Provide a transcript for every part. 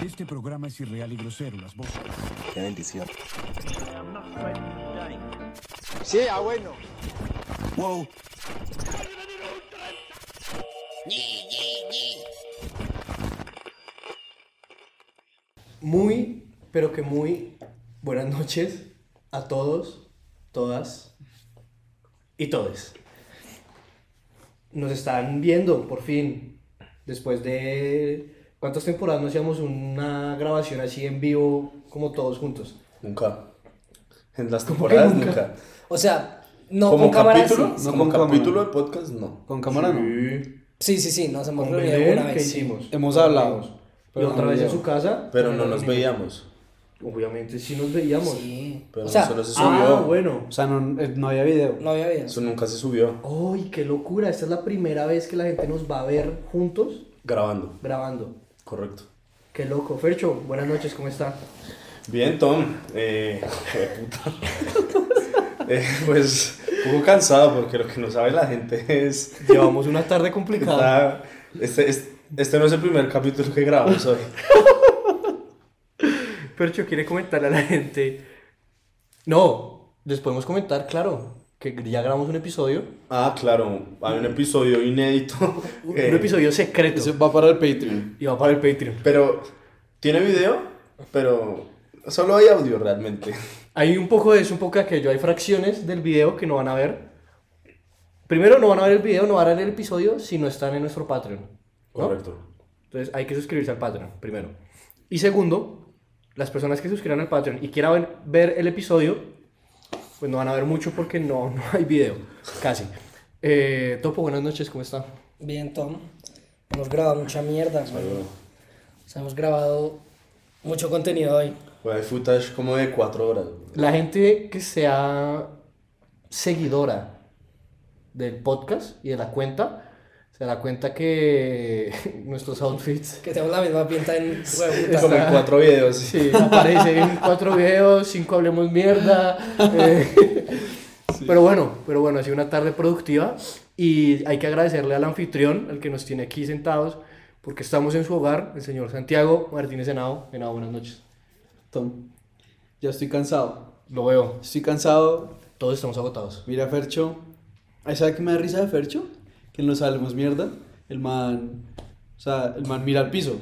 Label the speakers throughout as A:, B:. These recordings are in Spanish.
A: Este programa es irreal y grosero, las voces.
B: Qué bendición.
C: Sí, ah, bueno.
B: Wow.
D: Muy, pero que muy buenas noches a todos, todas y todes. Nos están viendo, por fin, después de cuántas temporadas no hacíamos una grabación así en vivo, como todos juntos.
E: Nunca. En las temporadas nunca.
F: O sea, no
E: Como
F: con cámara
E: capítulo,
F: sí.
E: no,
F: sí.
E: como capítulo de podcast, no.
G: Con cámara no.
F: Sí, sí, sí, nos hemos
D: Con
F: reunido
D: Belén,
F: una
D: ¿qué
F: vez. sí. Em,
D: hicimos?
G: Hemos hablado.
D: y otra vez en su casa.
E: Pero no nos veíamos.
D: Obviamente sí nos veíamos.
F: Sí.
E: Pero
F: o sea,
E: eso no se
D: Ah,
E: subió.
D: bueno.
G: O sea, no, eh, no había video.
F: no había video.
E: Eso nunca se subió
D: ¡Ay, qué locura! Esta es la primera vez que la gente nos va a ver juntos
E: grabando.
D: grabando.
E: Correcto.
D: ¡Qué loco! Fercho, buenas noches, ¿cómo está?
E: Bien, Tom. Eh, hijo de puta. Eh, pues un poco cansado porque lo que no sabe la gente es
D: Llevamos una tarde complicada.
E: Está- este, es- este no es el primer capítulo que grabamos hoy.
D: Percho quiere comentarle a la gente. No, les podemos comentar, claro, que ya grabamos un episodio.
E: Ah, claro, hay un episodio inédito.
D: Un,
E: eh,
D: un episodio secreto.
G: Eso va para el Patreon.
D: Y va para el Patreon.
E: Pero tiene video, pero solo hay audio realmente.
D: Hay un poco de eso, un poco de aquello. Hay fracciones del video que no van a ver. Primero, no van a ver el video, no van a ver el episodio si no están en nuestro Patreon. ¿no? Entonces, hay que suscribirse al Patreon, primero. Y segundo, las personas que suscriban al Patreon y quieran ver, ver el episodio, pues no van a ver mucho porque no, no hay video, casi. Eh, Topo, buenas noches, ¿cómo está?
F: Bien, Tom. Hemos grabado mucha mierda. güey. O sea, hemos grabado mucho contenido hoy.
E: Bueno, hay footage como de 4 horas.
D: La gente que sea seguidora del podcast y de la cuenta, se da cuenta que nuestros outfits
F: Que tenemos la misma pinta en
E: Es como en 4 videos.
D: sí, aparecen cuatro videos, cinco hablemos mierda. eh. Pero bueno, pero bueno, ha sido una tarde productiva y hay que agradecerle al anfitrión, al que nos tiene aquí sentados, porque estamos en su hogar, el señor Santiago Martínez Henao. Henao, buenas noches.
G: Tom, ya estoy cansado.
D: Lo veo,
G: Estoy cansado.
D: todos estamos agotados.
G: Mira, Fercho. Ay, ¿Sabe qué me da risa de Fercho? Que en los álbumes mierda, el man. O sea, el man mira al piso.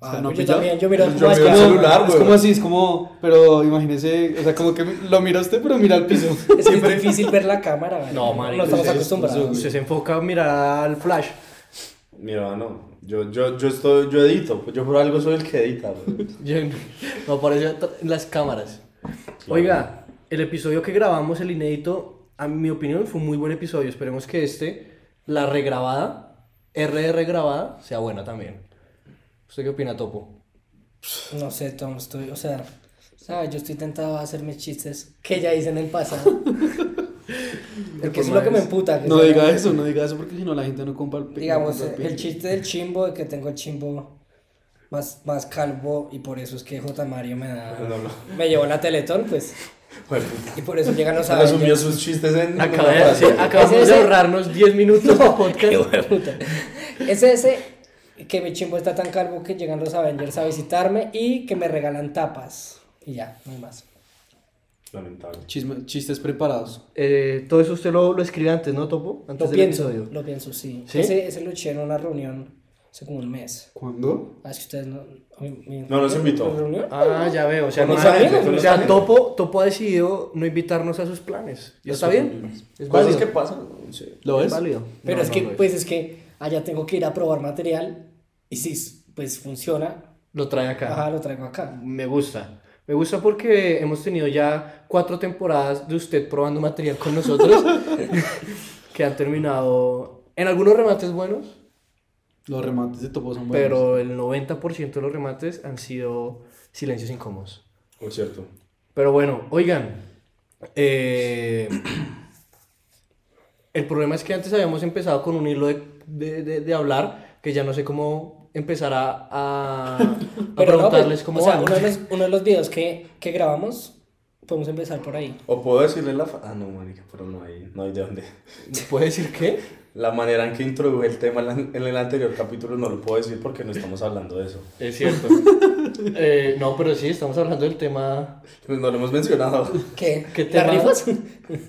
G: O sea,
F: Ah, yo
G: pillado.
F: también, yo miro
G: Es
F: más
G: como-
F: allá.
G: es como-
E: celular,
G: Es
E: güey.
G: como así, es como. Pero imagínese, o sea, como que lo mira usted, pero mira al piso.
F: Es, que es difícil ver la cámara. güey.
D: No, marica,
F: No estamos
D: sí, sí,
F: acostumbrados.
D: Usted se enfoca a mirar al flash.
E: Mira, no. Yo, yo, yo, estoy, yo edito. pues, Yo por algo soy el que edita. güey.
D: Yo- No aparece en las cámaras. Oiga, el episodio que grabamos, el inédito, a mi opinión fue un muy buen episodio. Esperemos que este, la regrabada, RR grabada, sea buena también. ¿Usted qué opina, Topo?
F: No sé, Tom, estoy, o sea, ¿sabes? yo estoy tentado a hacerme chistes que ya hice en el pasado. Porque eso es lo que me emputa. que
G: No
F: sea-
G: diga eso, no diga eso, porque si no la gente no compra el pe-
F: Digamos,
G: no compra
F: eh,
G: el
F: el
G: pe-
F: chiste del chimbo, de que tengo el chimbo más, más calvo y por eso es que J. Mario me da... Me llevó la Teletón, pues,
E: Bueno,
F: y por eso llegan los
E: resumió
F: Avengers.
E: sus chistes en.
D: Acaba de-
E: en una
D: sí,
E: frase.
D: acabamos
F: Ese-
D: de
F: ese-
D: ahorrarnos 10 minutos de podcast.
F: Es ese que mi chimbo está tan calvo que llegan los Avengers a visitarme y que me regalan tapas. Y ya, no hay más.
E: Lamentable.
G: Chisme- chistes preparados.
D: Eh, todo eso usted lo, lo escribe antes, ¿no, Topo? Antes
F: Lo
D: del
F: pienso,
D: episodio.
F: lo pienso, sí.
D: ¿Sí?
F: Ese, ese lo eché en una reunión hace como un mes.
G: ¿Cuándo?
F: Ah, es que ustedes no... mi- mi-
E: No nos invitó.
F: ¿mi reunión?
D: Ah, ya veo. O sea,
E: Con
D: no-
E: los amigos,
D: o
E: con los
D: sea,
E: amigos.
D: Topo, Topo ha decidido no invitarnos a sus planes. ¿Y está bien? Es
E: Cosas
D: válido.
E: que pasan. sí.
G: ¿Lo ves?
D: Es válido.
F: Pero
D: No,
F: es
D: no
F: que,
D: lo
F: pues es que allá tengo que ir a probar material y si pues funciona,
D: Lo trae acá.
F: ajá, lo traigo acá.
D: Me gusta. Me gusta porque hemos tenido ya cuatro temporadas de usted probando material con nosotros que han terminado en algunos remates buenos,
G: Los remates de Topo son buenos.
D: pero el 90% de los remates han sido silencios incómodos.
E: Muy cierto.
D: Pero bueno, oigan, eh, el problema es que antes habíamos empezado con un hilo de, de- de- de hablar que ya no sé cómo empezar a, a- a
F: Pero no,
D: preguntarles
F: pues,
D: cómo
F: o sea,
D: van.
F: uno de los, uno de los videos que, que grabamos Podemos empezar por ahí.
E: O puedo decirle la... fa- Ah, no, marica, pero no hay, no hay de dónde.
D: ¿Puede decir qué?
E: La manera en que introduje el tema en la- en el anterior capítulo no lo puedo decir porque no estamos hablando de eso.
D: Es cierto. Eh, no, pero sí, estamos hablando del tema.
E: Pues No lo hemos mencionado.
F: ¿Qué?
D: ¿Qué
F: ¿Las
D: tema?
F: rifas?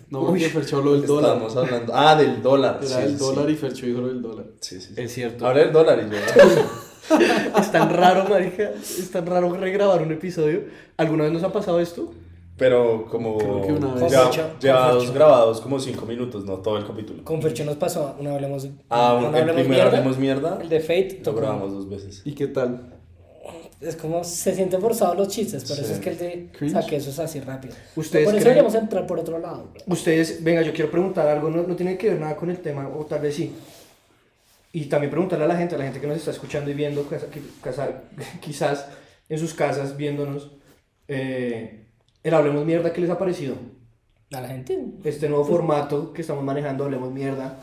G: No, porque Fercho habló del dólar.
E: Estamos hablando... Ah, del dólar.
G: Era
E: sí,
G: el
E: sí,
G: dólar y Fercho dijo lo del dólar.
E: Sí, sí, sí.
D: Es cierto.
E: Ahora el dólar y yo...
D: Es tan raro, marica. Es tan raro regrabar un episodio. ¿Alguna vez nos ha pasado esto?
E: Pero como...
G: Creo que una vez.
E: ya-
F: Con mucho- con
E: Llevados
F: mucho.
E: grabados como cinco minutos, no todo el capítulo.
F: Con Fercho nos pasó, una hablemos.
E: Ah,
F: una
E: un- el primero hablemos mierda.
F: El de Fate
E: Lo
F: tocó.
E: grabamos dos veces.
G: ¿Y qué tal?
F: Es como se sienten forzados los chistes, por eso
E: Sí.
F: es que el de
G: Cringe.
F: saqué eso es así rápido.
D: ¿Ustedes
F: por eso
D: creen-
F: deberíamos entrar por otro lado.
D: Ustedes, venga, yo quiero preguntar algo, no, no tiene que ver nada con el tema, o tal vez sí. Y también preguntarle a la gente, a la gente que nos está escuchando y viendo, casa- qui- casa- quizás en sus casas viéndonos, eh, el Hablemos Mierda, ¿qué les ha parecido?
F: A la gente.
D: Este nuevo formato que estamos manejando, Hablemos Mierda.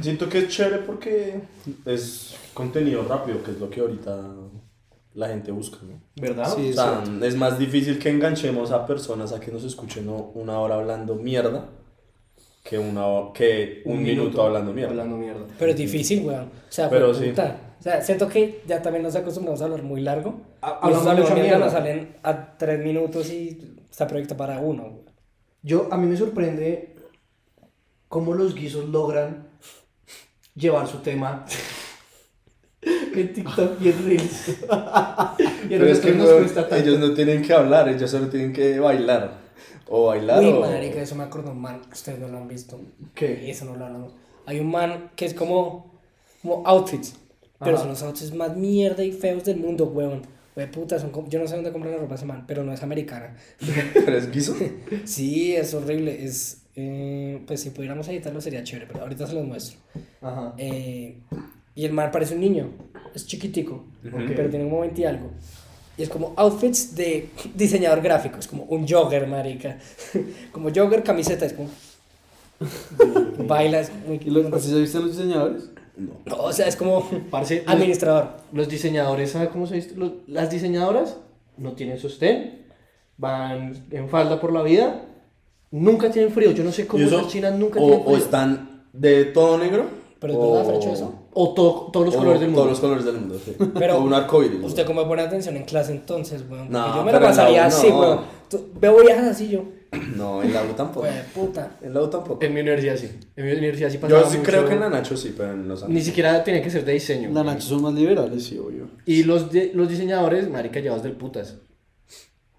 E: Siento que es chévere porque es contenido rápido, que es lo que ahorita la gente busca, ¿no?
D: ¿Verdad?
G: Sí.
E: O sea, es más difícil que enganchemos a personas a que nos escuchen ¿no? una hora hablando mierda que, una, ho- que un, minuto, hablando mierda.
D: Hablando mierda.
F: Pero es difícil, weón. O sea,
E: Pero
F: fue puta. O sea, siento que ya también nos acostumbramos a hablar muy largo.
D: Ha-
F: Y
D: Ah, hablamos
F: esos hablemos
D: mucha
F: mierda
D: mierda.
F: nos salen a tres minutos y está proyecto para uno, weón.
D: Yo, a mí me sorprende cómo los guisos logran llevar su tema en TikTok y en Reels. y a
E: Pero es que
D: nosotros nos
E: no-
D: cuesta tanto.
E: ellos no tienen que hablar, ellos solo tienen que bailar. O bailar
F: Uy,
E: o...
F: marica, eso me acuerdo un man, ustedes no lo han visto.
D: ¿Qué?
F: Y eso no lo hablamos. Hay un man que es como, como outfits, pero
D: Ajá.
F: son los outfits más mierda y feos del mundo, weón. Wey, puta, son como- yo no sé dónde comprar la ropa ese man, pero no es americana.
E: ¿Pero es guiso?
F: Sí, es horrible, es... eh, pues si pudiéramos editarlo sería chévere, pero ahorita se los muestro.
D: Ajá.
F: Eh, y el man parece un niño, es chiquitico, pero tiene como 20 y algo. Y es como outfits de diseñador gráfico, es como un jogger, marica. como jogger, camiseta, es como... Baila, es muy...
G: ¿Y los, así se visten los diseñadores?
F: No, o sea, es como
D: Parce, los-
F: administrador.
D: los diseñadores, ¿sabe cómo se dice? Los- las diseñadoras no tienen sostén, van en falda por la vida, nunca tienen frío. Yo no sé
E: ¿Y
D: cómo
E: eso?
D: las chinas nunca
E: o,
D: tienen frío.
E: o están de todo negro.
F: Pero es
E: o...
F: verdad, Fercho, eso.
D: O to- todos los
E: o
D: colores del mundo.
E: Todos los colores del mundo, sí.
F: Pero
E: o un arcoíris.
F: Usted como pone atención en clase entonces, weón.
E: No,
F: porque yo me
E: pero
F: la
E: en la
F: pasaría
E: U no.
F: así, weón. Tú- Veo viejas así yo.
E: No, en la U tampoco.
F: Weón, puta.
E: En la U tampoco.
D: En mi universidad sí. En mi universidad sí Eh, pasaba
E: Yo sí
D: mucho-
E: creo que en la Nacho sí, pero en los
D: Ni siquiera tenía que ser de diseño.
G: Las nachos son más liberales, sí, obvio.
D: Y los, de- los diseñadores, marica, llevados del putas.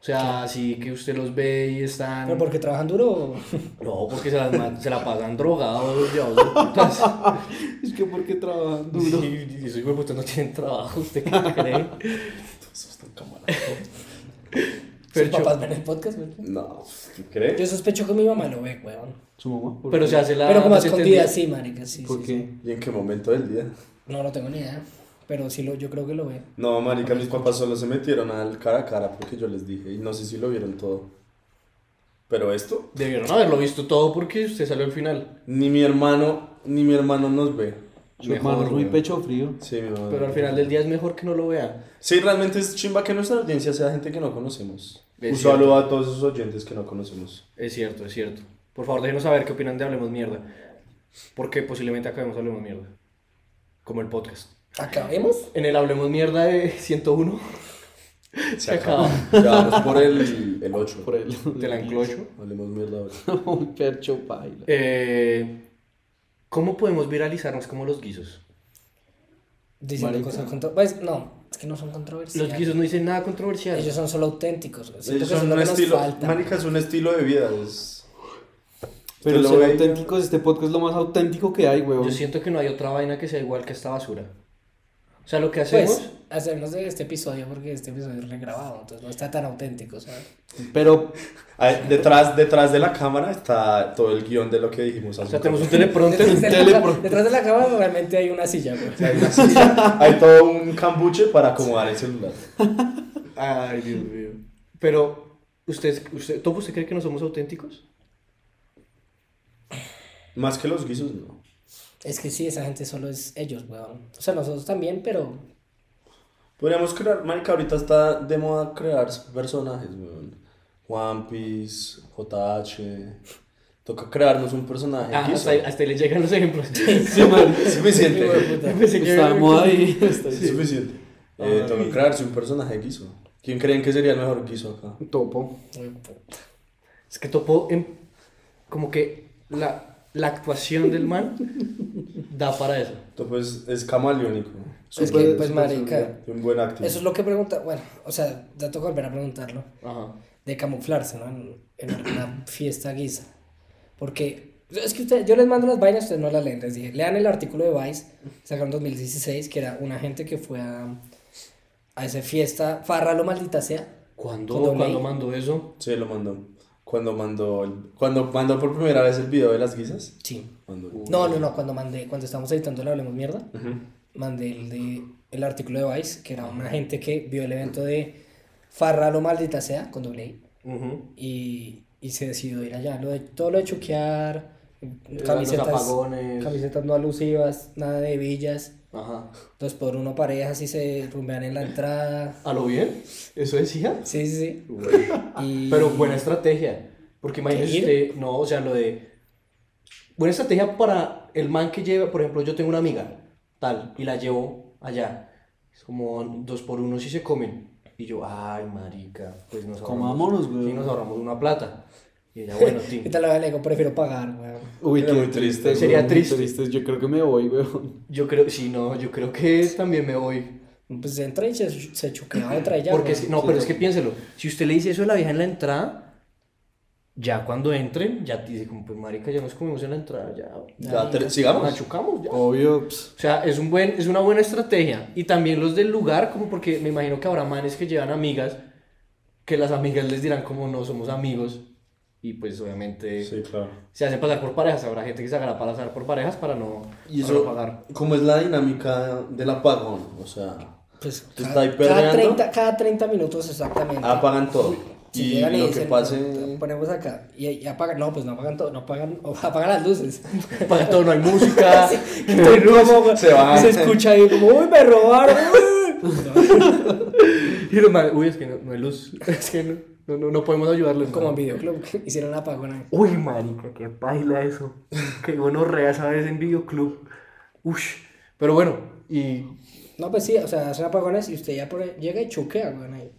D: O sea, así que usted los ve y están...
F: Pero porque trabajan duro.
D: No, porque se la, ma- se la pasan drogados, llevados del putas.
G: Es que porque trabajan
D: Sí,
G: duro.
D: y esos hueputas no tienen trabajo, ¿usted qué cree?
F: Sus
D: Fercho.
F: papás ven el podcast, weón.
E: No,
F: Yo
E: ¿crees?
F: sospecho que mi mamá lo ve, weón.
G: Su mamá. ¿por
D: Pero
G: qué?
D: se hace la...
F: Pero como a
D: la
F: escondida,
D: entendida.
F: sí, marica, sí,
G: ¿Por
F: sí, sí.
G: qué?
E: ¿Y en qué momento del día?
F: No, no tengo ni idea. Pero sí, lo, yo creo que lo ve.
E: No, marica, mis papás solo se metieron al cara a cara porque yo les dije. Y no sé si lo vieron todo. Pero esto,
D: Debieron haberlo visto todo porque usted salió al final.
E: ni mi hermano, ni mi hermano nos ve.
G: Su
D: Mejor,
G: hermano es muy
E: weón.
G: pecho frío.
E: Sí, mi hermano.
D: Pero al final del día es mejor que no lo vean.
E: Sí, realmente es chimba que nuestra audiencia sea gente que no conocemos.
D: Es
E: Un
D: cierto.
E: saludo a todos esos oyentes que no conocemos.
D: Es cierto, es cierto. Por favor, déjenos saber qué opinan de Hablemos Mierda. Porque posiblemente acabemos Hablemos Mierda. Como el podcast.
F: ¿Acabemos?
D: En el Hablemos Mierda de 101,
E: Se
D: acabó.
E: acabó. Ya vamos por el, el 8.
G: Por el.
D: de la enclocho.
E: Hablemos mierda ahora.
G: Un percho baila.
D: eh, ¿Cómo podemos viralizarnos como los guisos?
F: Diciendo
G: Marica.
F: cosas contra... Pues, no, es que no son controversiales.
D: Los guisos no dicen nada controversial.
F: Ellos son solo auténticos. weón. Siento
E: Ellos
F: que eso es
E: son
F: lo
E: un
F: que nos
E: estilo.
F: falta.
E: Marica es un estilo de vida. Es...
G: Pero
E: Usted lo
G: ser
E: ve y-
G: auténticos, este podcast es lo más auténtico que hay, weón.
D: Yo siento que no hay otra vaina que sea igual que esta basura. O sea, lo que hacemos...
F: Pues, hacernos de este episodio, porque este episodio es regrabado, entonces no está tan auténtico, ¿sabes?
G: Pero
E: Ay, Detrás, detrás de la cámara está todo el guión de lo que dijimos.
D: o sea, tenemos un teleprompter.
F: Detrás de, la,
G: teleprompter.
F: detrás de la cámara realmente hay una silla, güey.
E: Hay todo un cambuche para acomodar el celular.
D: Ay, Dios mío. Pero, ¿usted, usted, ¿todo usted cree que no somos auténticos?
E: Más que los guisos, no.
F: Es que sí, esa gente solo es ellos, weón. O sea, nosotros también, pero
E: Podríamos crear, marica, ahorita está de moda crear personajes, weón. One Piece, JH. Toca crearnos un personaje.
D: Ah,
E: quiso.
D: hasta, ahí- hasta ahí le llegan los ejemplos.
E: Sí, man, es suficiente.
F: Hijo de puta. Ah,
D: Pensé que-
G: Está de moda y
E: Es suficiente. Eh, toca crearse un personaje quiso. ¿Quién creen que sería el mejor quiso acá?
G: Topo.
D: Es que Topo, en- como que la, la actuación del man da para eso.
E: Entonces pues, es camaleónico.
F: Es que,
G: Súper-
F: pues,
G: súper
F: marica,
G: sólido.
E: Un buen activo.
F: eso es lo que pregunta. Bueno, o sea, ya toca volver a preguntarlo.
D: Ajá.
F: de camuflarse, ¿no? En, en alguna fiesta guisa. Porque es que ustedes- yo les mando las vainas, ustedes no las leen. Les dije, lean el artículo de Vice, sacaron en 2016, que era una gente que fue a, a esa fiesta, farra lo maldita sea.
D: Cuando,
F: Con doble
D: cuando
F: I.
D: mandó eso,
E: Sí, lo mandó. Cuando mandó, el- cuando mandó por primera vez el video de las guisas.
F: Sí.
E: Mandó.
F: No, no, no, cuando mandé, cuando estábamos editando la Hablemos Mierda, mandé el, de, el artículo de Vice, que era una gente que vio el evento de farra lo maldita sea, con doble I. y, y se decidió ir allá. Lo de, todo lo de chuquear, camisetas,
D: apagones.
F: camisetas no alusivas, nada de villas,
D: Ajá.
F: dos por uno parejas y se rumbean en la entrada.
D: ¿a lo bien? ¿Eso decía?
F: Sí, sí, sí. Y-
D: Pero buena estrategia. Porque imagínese
F: ¿Qué?
D: usted, no, o sea, lo de. Buena estrategia para el man que lleva, por ejemplo, yo tengo una amiga, tal, y la llevo allá. Es como dos por uno si se comen. Y yo, ay, marica, pues nos ahorramos.
G: Comámonos, güey.
D: Sí, nos ahorramos una plata. Y ella, bueno, sí.
F: ¿Qué tal la verdad? Le digo, prefiero pagar, weón.
G: Uy,
E: Era
G: qué
E: muy triste,
D: sería
G: muy
D: triste.
G: Yo creo que me voy, weón.
D: Yo creo, sí, no, yo creo que también me voy.
F: Pues entra y se, se chuquea otra y ya.
D: Porque,
F: weón.
D: es que- no, pero es que piénselo. Si usted le dice eso a la vieja en la entrada, ya cuando entren, ya te dice, como, pues, marica, ya nos comimos en la entrada, ya.
E: Ya, tre-
D: Nos
E: sigamos.
D: achucamos, ya.
G: Obvio. pues, ps.
D: O sea, es, un buen, es una buena estrategia. Y también los del lugar, como porque me imagino que habrá manes que llevan amigas, que las amigas les dirán como no somos amigos. Y pues obviamente
E: Sí, claro.
D: se hacen pasar por parejas. Habrá gente que se haga pasar por parejas para no,
E: Y
D: para no
E: eso,
D: pagar.
E: ¿cómo es la dinámica del apagón? O sea,
F: Pues,
E: ¿Te
F: cada,
E: está ahí
F: cada
E: perreando?
F: 30, cada 30 minutos exactamente.
E: apagan todo.
F: Si
E: y
F: llegan y
E: lo que
F: dicen,
E: pase.
F: ponemos acá y, y apagan, no, pues no apagan todo, no apagan, o apagan las luces.
D: Para todo, no hay música.
F: Entonces, como-
E: Se va.
F: se escucha ahí como, uy, me robaron.
D: Y los manes, uy, es que no, no hay luz. Es que no, no, no- no podemos ayudarles. ¿no?
F: como en videoclub, que hicieron apagón ahí.
D: Uy, marica, qué paila eso. Qué gonorrea esa vez en videoclub. Ush. Pero bueno, y
F: No, pues sí, o sea, hacen apagones y usted ya por ahí llega y chuquea, weón, ahí.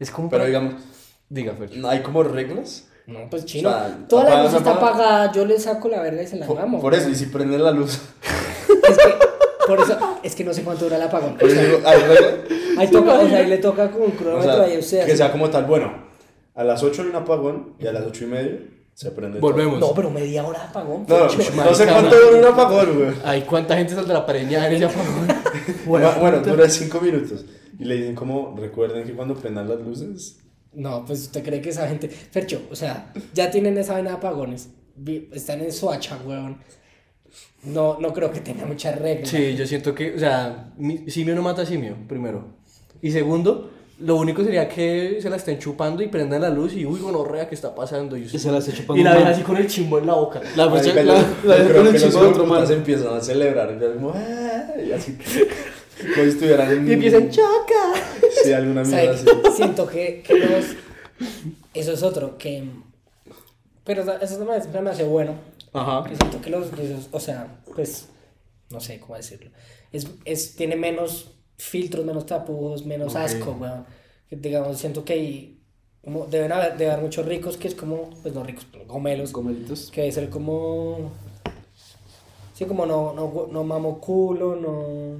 D: es como...
E: Pero
D: para-
E: digamos,
D: Diga, Fercho.
E: ¿hay como reglas?
F: No, pues chino.
E: O sea,
F: Toda la
E: apagas,
F: luz está
E: apagas.
F: apagada, yo le saco la verga y se la
E: Por,
F: mamo.
E: por eso, y si prenden la luz.
F: Es que, por eso, es que no sé cuánto dura el apagón.
E: Por eso digo, ¿hay reglas?
F: Ahí, toca, o sea, ahí le toca con un
E: O
F: cronómetro
E: sea,
F: ahí a usted.
E: que
F: así.
E: sea como tal, bueno, a las 8 hay un apagón y a las 8 y media se prende todo.
D: Volvemos.
F: No, pero media hora de apagón.
E: Pues- No, pues-
F: Fercho.
E: no, no sé cuánto dura un apagón, güey.
D: Ay, cuánta gente saldrá preñada en ese apagón.
E: Bueno, bueno, dura 5 minutos. Y le dicen como, recuerden que cuando prendan las luces...
F: No, pues usted cree que esa gente. Fercho, o sea, ya tienen esa vaina de apagones. vi- Están en Soacha, weón. No, no creo que tenga mucha regla.
D: Sí, yo siento que, o sea, mi- simio no mata simio, primero. Y segundo, lo único sería que se la estén chupando y prendan la luz y, uy, gonorrea, ¿qué está pasando? Y, usted-
G: Y se la esté chupando
D: Y la
G: un
D: vieja
G: man.
D: así con el chimbo en Pues la boca.
G: La
E: Marica,
G: fecha
E: yo-
G: la,
E: yo
G: la,
E: creo
G: con
E: que
G: el
E: los
G: chico de otro
E: hijueputas
G: man.
E: empiezan a celebrar, empiezan como, "Ah", y así, como si estuvieran en-
D: Y empiezan, choca.
E: Sí, alguna mierda
F: ¿Sabe
E: así.
F: qué? Siento que, que los- Eso es otro, que. Pero eso también me, me hace bueno.
D: Ajá.
F: que Siento que los. esos- o sea, pues. No sé cómo decirlo. Es, es, tiene menos filtros, menos tapujos, menos asco, weón. Que, Digamos, siento que hay. Como deben haber, debe haber muchos ricos que es como. Pues no ricos, pero gomelos.
G: Gomelitos.
F: Que debe ser como. Sí, como no, no, no mamo culo, no,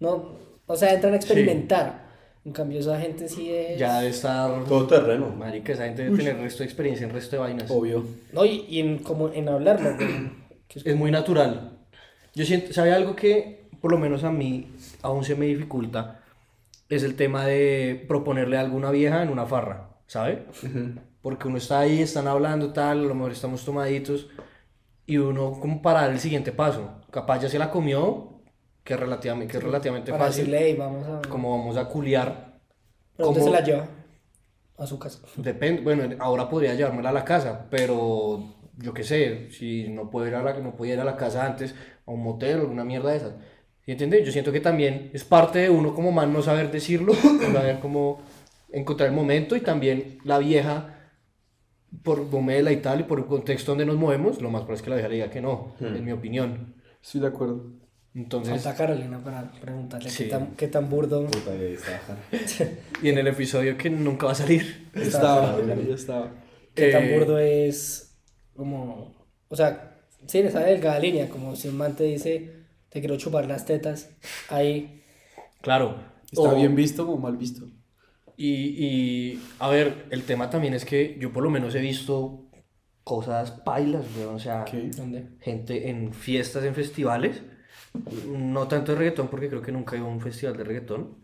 F: no. O sea, entran a experimentar. En cambio, esa gente sí es.
D: Ya de estar...
E: Todo terreno.
D: Marica, esa gente debe tener resto de experiencia en resto de vainas.
G: Obvio.
F: No, y, y en, como en hablarlo, güey. Que es-
D: Es muy natural. Yo siento, ¿sabe algo que por lo menos a mí aún se me dificulta? Es el tema de proponerle a alguna vieja en una farra, ¿sabe? Porque uno está ahí, están hablando, tal, a lo mejor estamos tomaditos, y uno como para dar el siguiente paso. Capaz ya se la comió, que es relativamente, que es relativamente
F: para
D: fácil,
F: decirle, "Ey, vamos a.
D: como vamos a culiar,
F: ¿Pero dónde se
D: como-
F: la lleva? A su casa.
D: Depende, bueno, ahora podría llevármela a la casa, pero yo qué sé, si no puedo ir a la, no podía ir a la casa antes, a un motel, alguna mierda de esas. ¿Sí entiendes? Yo siento que también es parte de uno como man no saber decirlo, no saber cómo encontrar el momento y también la vieja por Gomela y tal, y por el contexto donde nos movemos, lo más probable es que la vieja le diga que no,
G: Hmm.
D: en mi opinión.
G: Estoy de acuerdo.
D: Entonces,
F: Falta a Carolina para preguntarle
D: Sí.
F: qué, tan, qué tan burdo.
E: Puta, ya está.
D: y en el episodio que nunca va a salir,
G: Estaba, ya estaba.
F: que tan
D: Eh,
F: burdo es como, o sea, sí, en esa delgada línea, como si un man te dice, te quiero chupar las tetas, ahí,
D: claro.
G: ¿Está
D: o-
G: bien visto o mal visto?
D: Y, y, a ver, el tema también es que yo por lo menos he visto cosas pailas, weón, o sea,
F: ¿dónde?
D: gente en fiestas, en festivales, no tanto de reggaetón, porque creo que nunca he ido a un festival de reggaetón,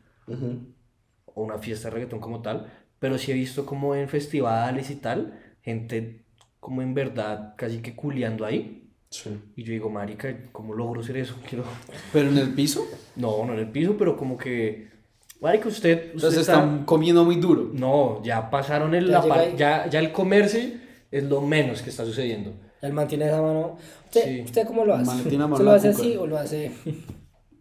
D: o una fiesta de reggaetón como tal, pero sí he visto como en festivales y tal, gente como en verdad casi que culeando ahí,
E: Sí.
D: y yo digo, marica, ¿cómo logro hacer eso? Quiero...
G: ¿Pero en el piso?
D: No, no en el piso, pero como que, marica, usted, usted
G: Entonces
D: está...
G: están comiendo muy duro.
D: No, ya pasaron el,
F: Ya
D: la
F: llega
D: par-
F: ahí.
D: ya, ya el comercio es lo menos que está sucediendo.
F: Él mantiene esa mano. ¿Usted,
D: Sí.
F: ¿usted cómo lo hace?
G: Mantiene la mano
F: ¿Usted lo
G: la
F: hace
G: cuca.
F: así o lo hace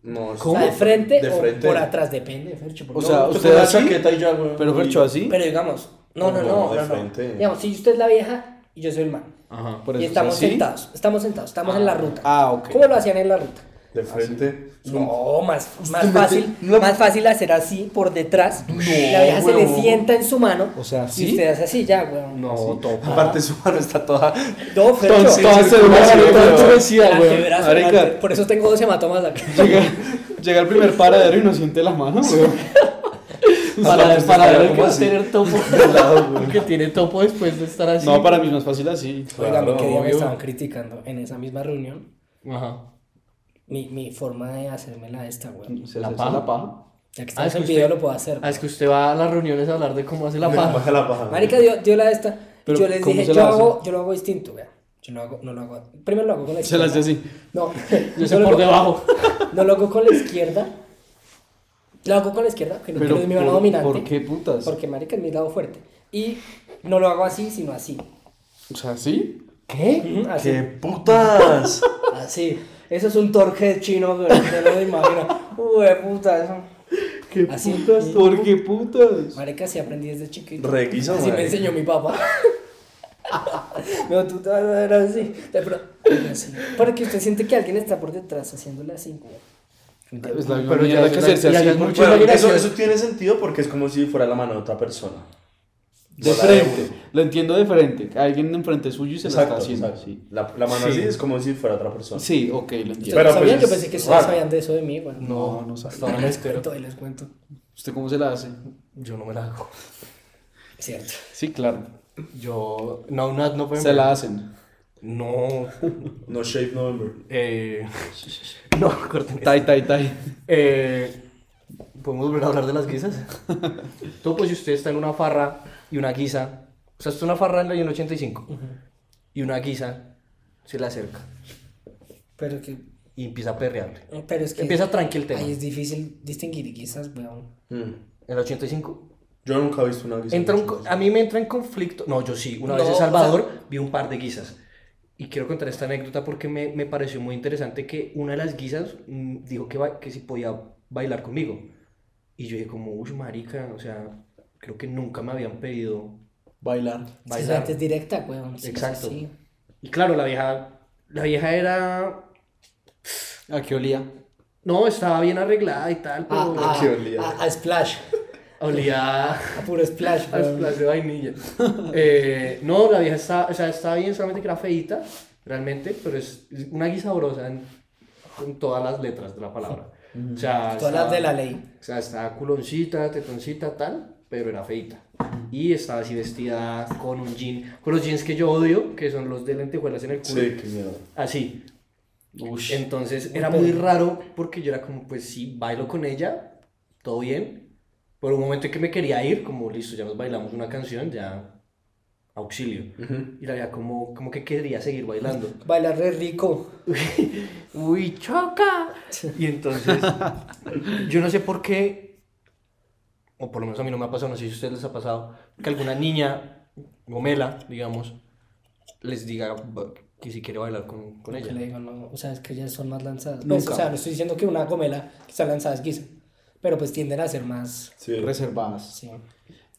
E: No, es-
F: o sea, de frente
E: De
F: o
E: frente.
F: por atrás? Depende, Fercho. por
G: O
F: favor.
G: sea,
E: te
G: usted
E: pones
G: así,
E: chaqueta y ya, güey.
G: Pero Fercho, así.
F: pero digamos, no, no,
E: No,
F: no.
E: de
F: no, no.
E: frente.
F: Digamos, si usted es la vieja y yo soy el man.
D: Ajá.
G: Ah, Por
F: y
G: eso, o sea,
F: estamos
G: así.
F: sentados, estamos sentados, estamos en la ruta.
G: Ah, ok.
F: ¿Cómo lo hacían en la ruta?
E: De frente.
F: No, más, más fácil, más fácil hacer así por detrás. la vieja se le
E: huevón.
F: sienta en su mano.
G: O sea,
F: y
G: ¿sí?
F: usted hace así ya, weón.
D: No, topa.
E: Aparte su mano está toda...
F: No, Fercho.
G: Entonces, entonces,
E: güey,
G: entonces,
E: güey.
G: decía,
F: Adelante,
G: güey,
F: brazo,
G: marica,
F: adelante. Por eso tengo dos hematomas acá.
G: Llega, llega el primer paradero y no siente las manos, güey.
D: Para,
E: Entonces, estará
D: para ver
E: como
D: que va a
E: así.
D: tener topo.
E: lado, güey.
D: Porque tiene topo después de estar así.
G: No, para mí es más fácil así.
F: Oigan,
E: Claro,
F: que día me
E: obvio.
F: estaban criticando en esa misma reunión
D: Ajá.
F: mi, mi forma de hacérmela esta, weón.
G: Se
D: La
G: hace
D: paja.
G: la paja.
F: Ya que
D: Ah, es
F: estamos en
D: que
F: video
D: usted-
F: lo puedo hacer.
D: Ah, es que usted va a las reuniones a hablar de cómo hace la paja.
E: Baja la paja.
F: Marica dio, dio la de esta.
G: Pero,
F: yo les
G: ¿cómo
F: dije,
G: se
F: yo,
G: la hace?
F: hago, yo lo hago distinto, weón. Yo lo hago, no lo hago. Primero lo hago con la
G: Se la
F: izquierda.
G: hace así.
F: No.
D: Yo
F: no
D: sé
F: lo
D: por
F: hago-
D: debajo.
F: No lo hago con la izquierda. Lo hago con la izquierda, que no
G: Pero,
F: quiero es mi mano
G: ¿por-
F: dominante.
G: por qué putas?
F: Porque marica es mi lado fuerte. Y no lo hago así, sino así.
G: O sea, ¿sí?
D: ¿Qué?
F: Ujú, Así.
E: ¡Qué putas!
F: Así. Eso es un torque chino, pero te lo imagino. Uy, puta, eso.
G: ¿Qué
F: Así.
G: putas? ¿Por qué putas?
F: Marica, sí aprendí desde chiquito.
E: Reguizo,
F: Así me
E: marica.
F: enseñó mi papá. No, tú te vas a ver así. De pro- así. Para que usted siente que alguien está por detrás haciéndole así. como-
G: Es la misma
D: Pero ya
G: mierda
D: es
G: que
D: una-
G: hacerse
D: ya
G: así.
D: es
G: ¿no?
D: mucho-
E: Bueno,
D: Imagina
E: eso,
D: que-
E: eso tiene sentido porque es como si fuera la mano de otra persona.
G: De
E: Hola, de
G: frente. Lo entiendo de frente. Alguien enfrente suyo y se la está haciendo
E: exacto.
G: así.
E: La, la mano
D: Sí.
E: así es como si fuera otra persona.
G: Sí, ok, lo entiendo.
F: ¿Ustedes
E: Pero,
F: lo
E: pues,
F: sabían? Yo
E: es
F: pensé que ustedes
E: raro.
F: sabían de eso de mí. Bueno,
G: No, no sabía.
D: Hasta ahora me
F: Les
D: espero.
F: cuento, les cuento.
G: ¿Usted cómo se la hace?
D: Yo no me la hago.
F: Cierto.
G: Sí, claro.
D: Yo. No, no, no pueden.
G: Se la hacen.
D: No.
E: No shape November.
D: Eh. No, corten.
G: Tai, tai, tai.
D: Eh, ¿Podemos volver a hablar de las guisas? Todo pues si usted está en una farra y una guisa, o sea, está en una farra en el año 85 y una guisa se le acerca
F: Pero que. eh,
D: y empieza a perrearle.
F: Pero es que.
D: Empieza tranqui el tema.
F: Ay, es difícil distinguir guisas, weón.
E: Mm.
D: En el 85
E: Yo nunca he visto una guisa.
D: entra un co- a mí me entra en conflicto, no, yo sí, una
F: No,
D: vez en
F: o sea-
D: Salvador vi un par de guisas. Y quiero contar esta anécdota porque me, me pareció muy interesante que una de las guisas mm, dijo que, ba- que si podía bailar conmigo. Y yo dije como, uy, marica, o sea, creo que nunca me habían pedido
G: Bailar.
F: Es que esa
D: bailar.
F: gente es directa, weón. Sí,
D: Exacto.
F: sí, sí.
D: Y claro, la vieja, la vieja era,
G: ¿A qué olía?
D: no, estaba bien arreglada y tal,
F: A,
D: pero
F: a-
E: qué olía.
F: Ah, a- a Splash.
D: olía a
F: A puro Splash, weón.
D: splash de vainilla. Eh, no, la vieja estaba, o sea, estaba bien, solamente que era feíta, realmente, pero es es una guisabrosa en, con todas las letras de la palabra. O sea,
F: Todas las
D: estaba-
F: de la ley.
D: O sea, estaba culoncita, tetoncita, tal, pero era feita. Y estaba así vestida con un jean, con los jeans que yo odio, que son los de lentejuelas en el culo.
E: Sí, qué miedo.
D: Así.
G: Ush.
D: Entonces era muy raro porque yo era como, pues sí, bailo con ella, todo bien. Por un momento que me quería ir, como listo, ya nos bailamos una canción, ya auxilio. Y la veía como, como que quería seguir bailando.
F: Bailar re rico.
D: Uy, choca. Y entonces, yo no sé por qué, o por lo menos a mí no me ha pasado, no sé si a ustedes les ha pasado, que alguna niña, gomela, digamos, les diga ba- que si quiere bailar con, con
F: Yo
D: ella.
F: le digo, no, o sea, es que ellas son más lanzadas. Pues,
G: Nunca.
F: o sea, no estoy diciendo que una gomela que está lanzada es guisa. Pero pues tienden a ser más.
E: Sí.
G: Reservadas.
F: Sí,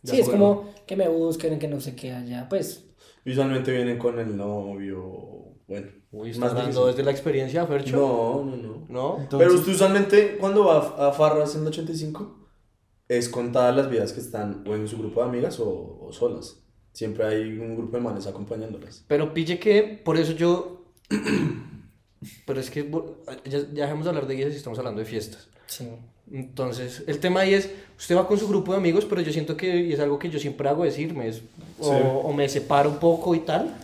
D: De
F: sí
D: acuerdo.
F: es como que me busquen, que no sé qué allá. Pues
E: Y usualmente vienen con el novio. Bueno,
D: Uy,
E: más
D: estás dando
E: difícil.
D: desde la experiencia, Fercho.
E: No, no, no.
D: No.
G: Entonces-
E: Pero usted usualmente cuando va a, a farras en el 85 es contadas las vidas que están o en su grupo de amigas o, o solas. Siempre hay un grupo de manes acompañándolas.
D: Pero pille que por eso yo. Pero es que bo- ya, ya dejemos de hablar de guías y estamos hablando de fiestas.
F: Sí.
D: Entonces, el tema ahí es, usted va con su grupo de amigos, pero yo siento que y es algo que yo siempre hago decirme, es, o,
E: Sí.
D: o me separo un poco y tal,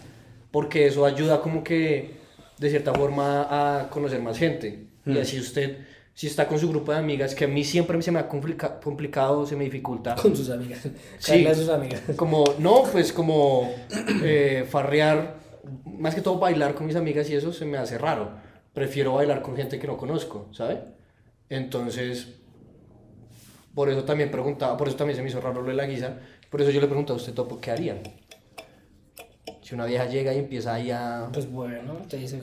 D: porque eso ayuda como que, de cierta forma, a conocer más gente.
E: Hmm.
D: Y así usted, si está con su grupo de amigas, que a mí siempre se me ha complica- complicado, se me dificulta,
F: Con sus amigas.
D: Sí.
F: Carla de sus amigas.
D: como, no, pues como eh, farrear, más que todo bailar con mis amigas y eso se me hace raro. Prefiero bailar con gente que no conozco, ¿sabe? Entonces, por eso también preguntaba, por eso también se me hizo raro lo de la guisa, por eso yo le preguntaba a usted, Topo, ¿qué haría? Si una vieja llega y empieza ahí a...
F: Pues bueno, te dice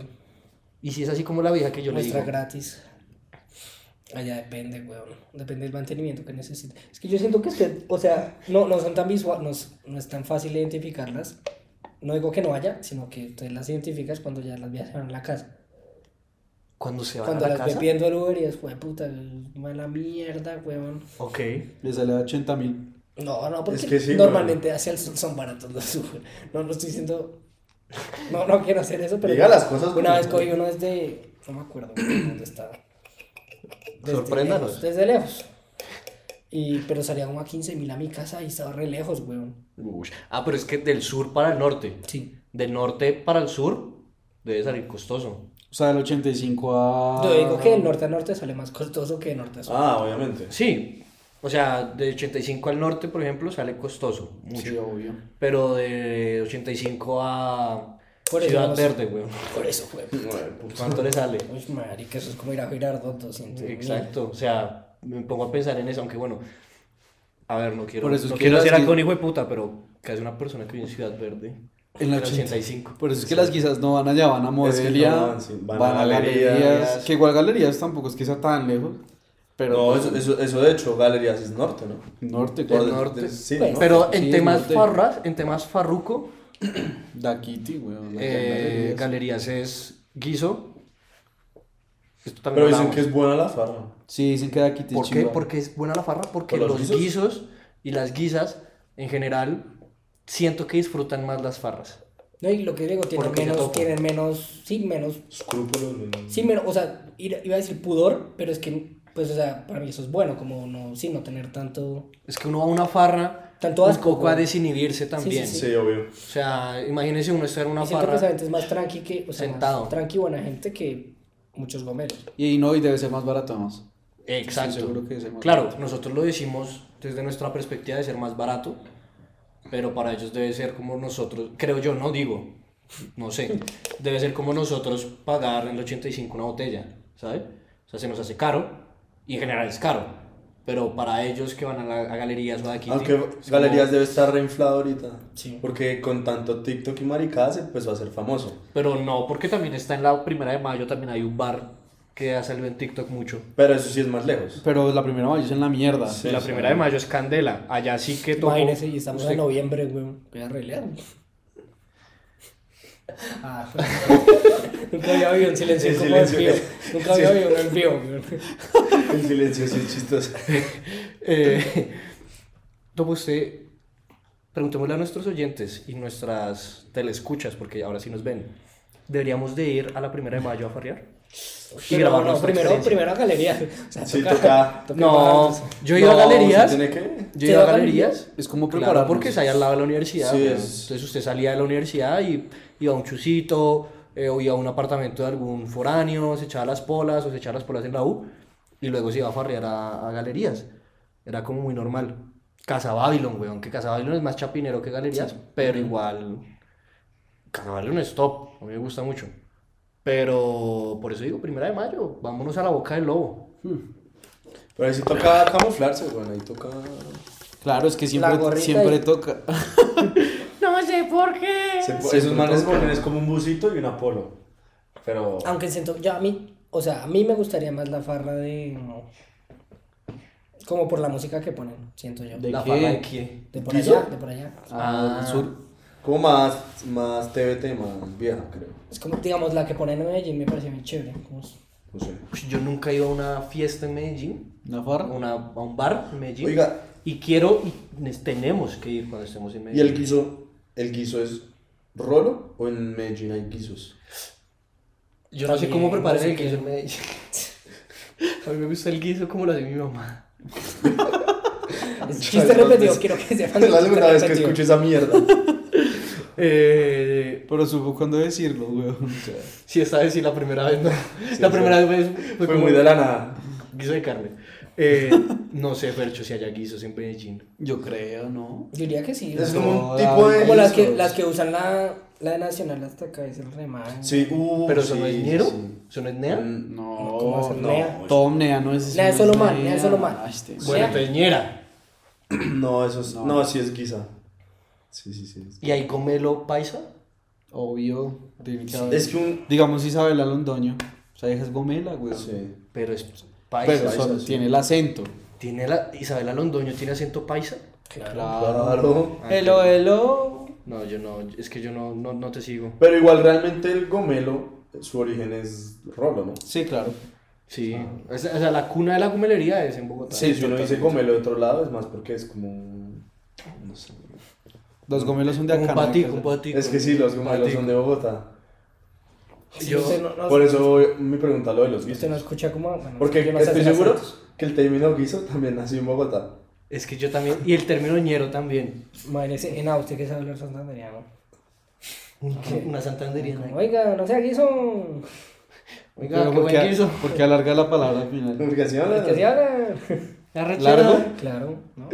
D: Y si es así como la vieja que yo le digo,
F: muestra gratis. Allá depende, weón. Depende del mantenimiento que necesite. Es que yo siento que usted, o sea, no, no son tan visuales, no, es tan fácil identificarlas. No digo que no haya, sino que usted las identificas cuando ya las viajan a la casa.
D: cuando se van
F: Cuando
D: a la
F: las ve
D: casa...
F: viendo el Uber y es, "Jue puta, mala mierda, weón.
D: Ok.
G: Le sale a 80 mil.
F: No, no, porque
E: Es que sí,
F: normalmente hacia el sur son baratos los Uber. No, no estoy diciendo. No, no quiero hacer eso, pero.
E: Diga las cosas
F: Una
E: como
F: vez
E: son.
F: cogí uno desde. No me acuerdo güey, dónde estaba. Desde
D: Sorpréndanos.
F: lejos, Desde lejos. Y, pero salía como a 15 mil a mi casa y estaba re lejos, weón.
D: Ush. Ah, pero es que del sur para el norte.
F: Sí.
D: Del norte para el sur debe salir costoso.
G: O sea, del 85 a.
F: Yo digo que del norte a norte sale más costoso que de norte a sur.
E: Ah, obviamente.
D: Sí, o sea, de 85 al norte, por ejemplo, sale costoso, mucho.
G: Sí, obvio.
D: Pero de 85 a
F: Por eso
D: Ciudad
F: vamos-
D: Verde, weón,
E: Ah.
F: Por eso, weón.
D: ¿cuánto le sale?
F: Uy, marica, eso es como ir a Girardot 200. mil.
D: Exacto, o sea, me pongo a pensar en eso, aunque bueno, a ver, no quiero,
G: Por eso es
D: no
G: que
D: quiero
G: las
D: ser
G: que-
D: algún hijo de puta, pero casi una persona que vive en Ciudad Verde,
G: En la
D: en
G: 85.
D: 85.
G: Por eso es que las guisas no van allá, van a Modelia,
E: no van, sí,
G: van, a galerías,
D: galerías.
G: Que igual galerías tampoco es que sea tan lejos. Pero
E: No,
G: pues,
E: eso, eso, eso de hecho, galerías es norte, ¿no?
G: norte,
E: O
G: claro.
E: de-
D: norte.
E: de- sí,
F: Pues,
E: ¿no?
D: Pero en
G: Sí,
D: temas
G: norte.
D: farras, en temas farruco,
G: Daquiti, weón. acá
D: eh,
G: en galerías.
D: galerías es guiso. Esto
E: Pero
D: también
E: dicen
D: hablamos.
E: que es buena la farra.
G: Sí, dicen que Daquiti
D: ¿Por
G: es
D: qué?
G: chimba.
D: Porque es buena la farra, porque
E: ¿Por
D: los,
E: los guisos?
D: guisos y las guisas en general siento que disfrutan más las farras.
F: No, y lo que digo, tienen
D: lo que yo
F: menos,
D: topo.
F: tienen menos, sí, menos
E: Escrúpulos. no.
F: Sí, pero, o sea, ir- iba a decir pudor, pero es que, pues, o sea, para mí eso es bueno, como no, sí, no tener tanto...
D: Es que uno va a una farra
F: Tanto
D: un
F: asco,
D: poco a
F: güey.
D: desinhibirse también.
F: sí.
E: Sí, obvio.
D: O sea, imagínense uno estar en una
F: Y siento que
D: farra.
F: esa gente es más tranqui que, o sea, más
D: Sentado.
F: tranqui buena gente que muchos gomeros.
G: Y no, y debe ser más barato más.
D: Exacto.
G: Estoy seguro que es el más
D: claro, nosotros lo decimos desde nuestra perspectiva de ser más barato, pero para ellos debe ser como nosotros, creo yo, no digo, no sé, debe ser como nosotros pagar en el 85 una botella, ¿sabes? O sea, se nos hace caro y en general es caro, pero para ellos que van a, la- a galerías o de aquí,
E: Aunque
D: es como-
E: Galerías debe estar reinflado ahorita.
F: Sí.
E: Porque con tanto TikTok y maricadas se empezó a ser famoso.
D: pero no, porque también está en la primera de mayo, también hay un bar que ha salido en TikTok mucho.
E: Pero eso sí es más lejos.
G: Pero la primera mayo es en la mierda.
E: Sí.
D: la primera de mayo es Candela, allá sí que todo.
F: Imagínense, y estamos en noviembre, weón. Voy a arreglar. Ah, nunca había oído un silencio
E: El
F: como el
E: silencio.
F: vivo. Nunca había oído uno en vivo, weón.
E: El silencio sí es chistoso.
D: Eh, Topo, usted, preguntémosle a nuestros oyentes y nuestras telescuchas, porque ahora sí nos ven. ¿Deberíamos de ir a la primera de mayo a farrear?
F: Pero
D: grabar
F: no,
D: nuestra
F: primero,
D: experiencia.
F: primero a galería. O sea,
E: Sí, toca.
D: No, yo he ido a
E: No,
D: galerías.
E: ¿se tiene que?
D: Yo he ido a
F: ¿Se va a
D: galerías.
G: Es como
D: Claro,
G: prepararnos.
D: porque es ahí al lado de la universidad.
E: Sí,
D: ¿no?
E: es-
D: Entonces usted salía de la universidad y iba a un chusito, eh, o iba a un apartamento de algún foráneo, se echaba las polas o se echaba las polas en la U, y luego se iba a farrear a, a galerías. Era como muy normal. Casa Babylon, weón, que Casa Babylon es más chapinero que galerías, pero igual. Casa Babylon es top, a mí me gusta mucho. Pero por eso digo, primera de mayo, vámonos a la boca del lobo.
E: Pero ahí sí toca camuflarse, güey. Ahí toca.
G: Claro, es que siempre,
F: La gorrita
G: siempre
F: y-
G: toca.
D: No sé por qué.
E: Se po- esos manes ponen es como un busito y un apolo. Pero.
F: Aunque siento, yo a mí, o sea, a mí me gustaría más la farra de... Como por la música que ponen, siento yo.
G: ¿De
D: La
G: qué?
D: farra de qué?
E: Ah.
F: De por allá, Ah. de por allá.
G: Al sur.
E: Como más, más TVT, más vieja, creo.
F: Es como, digamos, la que pone en Medellín me pareció muy chévere. como es-
E: No sé.
D: Ush, Pues Yo nunca he ido a una fiesta en Medellín,
G: ¿Una
D: a,
G: farra?
D: una- a un bar en Medellín.
E: Oiga.
D: Y quiero y nes- tenemos que ir cuando estemos en
E: ¿Y
D: Medellín.
E: el guiso? ¿El guiso es rolo o en Medellín hay guisos?
D: Yo no sé cómo
F: También,
D: preparar
F: no sé
D: el
F: qué.
D: guiso en Medellín. A mí me gusta el guiso como lo hace mi mamá.
F: Es chiste repetido, quiero que sepan.
E: Es la
F: chiste
E: segunda vez que
F: repetido.
E: escucho esa mierda.
D: Eh,
G: Pero supo cuándo decirlo, weón. O sea,
D: si esta vez sí, la primera vez no. la
E: sí.
D: primera vez fue,
E: Fue
D: como
E: muy de la nada.
D: guiso de carne. Eh, no sé, Fercho, si haya guisos en Medellín.
G: yo creo, ¿no?
F: Yo diría que sí.
E: Es
F: ¿no?
E: como un
G: No,
E: tipo de.
F: Como las que,
E: guisos.
F: las que usan la, la de Nacional hasta acá, es el remate.
E: Sí, uh,
D: Pero eso
E: sí,
D: no es
E: sí,
D: ñero,
E: sí.
D: eso no es nea.
E: Mm,
F: ¿Cómo va a
G: No,
F: ser
G: no.
F: nea?
G: Tom Nea no es.
F: Nea es
G: no
F: solo man, nea es solo man.
G: Ay, este-
D: Bueno, entonces ñera.
E: No, eso es. No,
G: No.
E: sí es guisa. Sí, sí, sí.
D: ¿Y ahí comelo paisa?
G: Obvio. tiene que haber.
E: Es que un.
G: Digamos Isabela Londoño. O sea, ella es gomela, weón.
E: Sí.
D: Pero es paisa.
G: Pero solo
E: sí.
G: tiene el acento.
D: ¿Tiene la, Isabela Londoño tiene acento paisa?
E: Claro.
F: Ah,
G: Hello, hello.
D: No, yo no, es que yo no, no, no te sigo.
E: Pero igual realmente el gomelo, su origen es rolo, ¿no?
G: Sí, claro.
D: Sí, es- o sea, la cuna de la gomelería es en Bogotá.
E: Sí, si uno dice gomelo de otro lado es más porque es como... un- No sé.
G: Los gomelos son de
D: Como
G: acá.
D: un
G: ¿no?
D: patico, pues. un patico.
E: Es que sí, los gomelos
D: Patico.
E: son de Bogotá.
F: Sí,
D: Yo-
F: usted no, no-
E: Por eso mi pregunta lo de los
F: usted no
E: guisos.
F: escucha como. bueno,
E: Porque
F: yo no sé
E: estoy
F: hacer
E: seguro
F: acentos.
E: que el término guiso también nació en Bogotá.
D: Es que yo también, y el término ñero también.
F: Madre, ese- en usted que sabe hablar santanderiano.
D: Una santanderiana.
F: Como, Oiga, no sé, aquí son.
D: Oiga,
G: Pero
D: qué buen
G: porque,
D: guiso.
G: porque alarga la palabra al final.
E: Porque así hablan.
F: Es que se habla.
G: ¿Largo?
F: Claro, ¿no?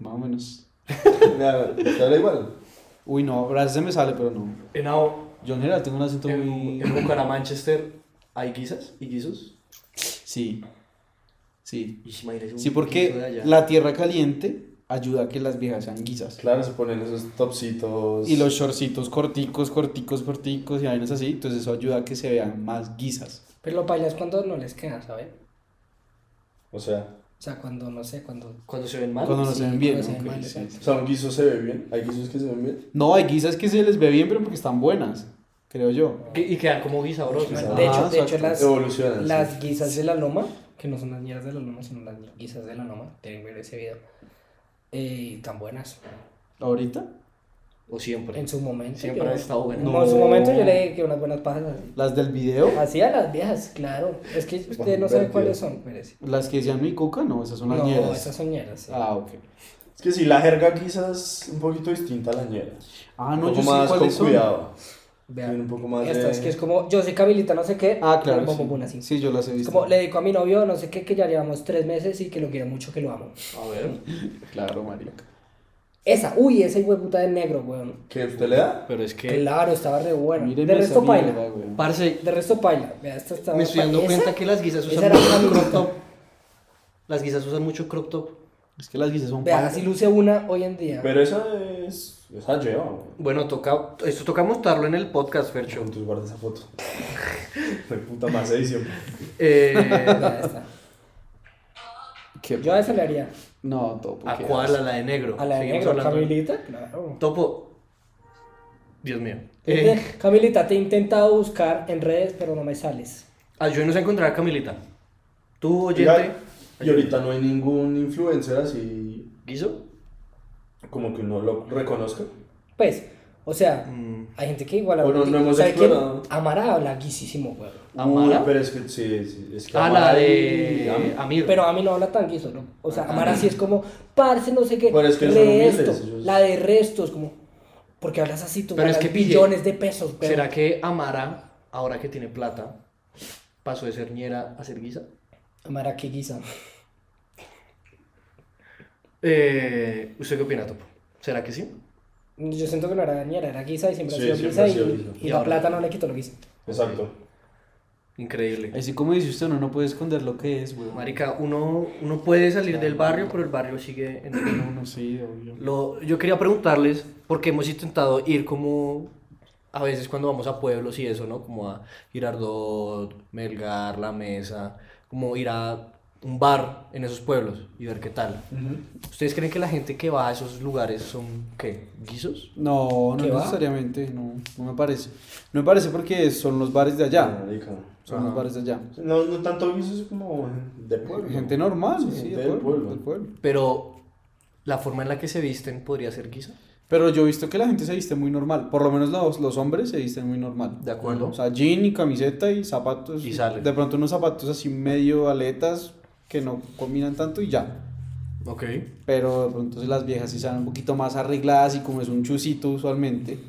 G: Más o menos.
E: Mira, se habla igual.
G: Uy, no, ahora se me sale, pero no.
D: En,
G: Yo en general tengo un acento muy.
D: Manchester, ¿hay guisas y guisos?
G: Sí. Sí.
D: Y si me dirás un
G: Sí,
D: guiso de
G: porque
D: allá.
G: la tierra caliente ayuda a que las viejas sean guisas.
E: Claro, se ponen esos topsitos.
G: Y los shortcitos corticos, corticos, corticos y vainas así. Entonces eso ayuda a que se vean más guisas.
F: Pero lo bailas cuando no les queda, ¿sabes?
E: O sea,
F: O sea, cuando, no sé, cuando.
D: Cuando se ven mal.
G: Cuando no
F: Ah, sí,
G: se ven bien.
F: cuando se ven
G: ok,
F: mal,
G: sí,
F: exacto.
E: o sea, un guiso se ve bien. Hay guisos que se ven bien.
G: sí. No, hay guisas que se les ve bien, pero porque están buenas. Creo yo.
D: Que- Y quedan como guisabrosos.
E: Guisabrosos.
F: De hecho,
G: Ah,
F: de hecho
G: exacto.
F: las,
E: Evolucionan. sí.
F: las guisas de la loma, que no son las ñeras de la loma, sino las guisas de la loma, tienen que ver ese video. Eh, tan buenas.
G: Ahorita.
D: O siempre.
F: En su momento.
D: Siempre
F: yo-
D: han estado buenas.
F: No, en su momento yo le dije que unas buenas pajas así.
G: Las del video.
F: Así a las viejas, claro. Es que usted no sabe
E: Bueno,
F: cuáles son, parece.
G: Las que decían mi cuca, no, esas son las
F: No,
G: ñeras.
F: esas son ñeras. sí.
G: Ah, ok.
E: Es que sí, la jerga quizás un poquito distinta a la ñera.
G: Ah,
E: Un
G: no,
E: poco
G: yo sé
E: más con
G: cuáles son.
E: cuidado.
F: Vean.
E: Tienen un poco más
F: Estas
E: de-
F: que es como, yo soy Camilita, no sé qué.
G: Ah, claro.
F: pero
G: sí.
F: como una así.
G: Sí, yo las he
F: Es
G: visto.
F: como le dedico a mi novio, no sé qué, que ya llevamos tres meses y que lo quiero mucho, que lo amo.
D: A ver.
G: Claro, marica.
F: Esa, uy, esa hueputa de negro, weón.
E: ¿Qué usted le da?
D: Pero es que.
F: Claro, estaba re buena.
G: Míreme
F: De resto,
G: esa mierda,
F: paila.
G: güey.
D: Parce,
F: De resto, paila. Vea, esta estaba
D: me estoy dando
F: paila.
D: cuenta
F: Esa-
D: que las guisas
F: esa
D: usan
F: era
D: mucho
F: Camilita.
D: crop top. Las guisas usan mucho crop top.
G: Es que las guisas son
F: Vea,
G: paila.
F: así luce una hoy en día.
E: Pero esa es. Esa lleva, güey.
D: Bueno, toca, esto toca mostrarlo en el podcast, Fercho.
E: Entonces guarda esa foto. De puta más edición.
D: Eh,
F: Vea, esta.
G: Qué-
F: Yo a esa le haría.
G: No, topo.
D: ¿A
G: qué
D: cuál?
G: asco.
D: A la de negro.
F: A la de
D: Seguimos
F: negro,
D: hablando.
F: Camilita, claro.
D: Topo. Dios mío. Eh,
F: Este, Camilita, te he intentado buscar en redes, pero no me sales.
D: ayúdenos a encontrar a Camilita. Tú, oyente.
E: Oiga, Y ahorita no hay ningún influencer así
D: ¿Guiso?
E: como que uno lo reconozca.
F: Pues, o sea,
E: Mm.
F: hay gente que igual habla.
E: Bueno, no hemos
F: ¿Sabe quién?
E: explorado.
F: Amara habla guisísimo, weón.
D: ¿Amara?
E: Uy, pero es que sí, sí, es que
D: A
E: Amara
D: Ah, la
E: y
D: de
E: Am-
D: Amir.
F: Pero a mí no habla tan guiso, ¿no? O sea, Amara sí es como, parce, no sé qué.
E: Ah, Pero es que son humildes,
F: resto,
E: ellos-
F: la de restos, como, porque hablas así, tú
D: Pero es
F: ganas
D: que pille.
F: billones de pesos, pero.
D: ¿Será que Amara, ahora que tiene plata, pasó de ser ñera a ser guisa?
F: Amara, qué guisa.
D: Eh, ¿Usted qué opina, Topo? ¿Será que sí?
F: Yo siento que no era dañera, era guisa y siempre
E: Sí,
F: ha sido
E: siempre ha
F: guisa y,
E: sido guisa.
F: y
D: Y
F: la
D: ahora-
F: plata no le quitó lo guisa.
E: Exacto.
D: Increíble.
G: Así como dice usted, uno no puede esconder lo que es, güey.
D: Marica, uno, uno puede salir del barrio, pero el barrio sigue en el
G: No, no sé, obvio.
D: Lo- yo quería preguntarles, porque hemos intentado ir como a veces cuando vamos a pueblos y eso, ¿no? Como a Girardot, Melgar, La Mesa, como ir a un bar en esos pueblos y ver qué tal. ¿Ustedes creen que la gente que va a esos lugares son, qué, guisos?
G: No, no
F: ¿Qué va?
G: necesariamente, no, no me parece. No me parece porque son los bares de allá.
E: Marica.
G: Son los bares de allá.
E: No, no tanto guisos como de pueblo.
G: Gente normal, sí,
E: gente
G: del,
E: del
G: pueblo,
E: pueblo.
G: del pueblo.
D: Pero la forma en la que se visten podría ser guiso.
G: Pero yo he visto que la gente se viste muy normal. Por lo menos los, los hombres se visten muy normal.
D: De acuerdo.
G: O sea, jean y camiseta y zapatos.
D: Y salen.
G: De pronto unos zapatos así medio aletas que no combinan tanto y ya.
D: Ok.
G: Pero de pronto sí las viejas sí salen un poquito más arregladas y como es un chusito usualmente.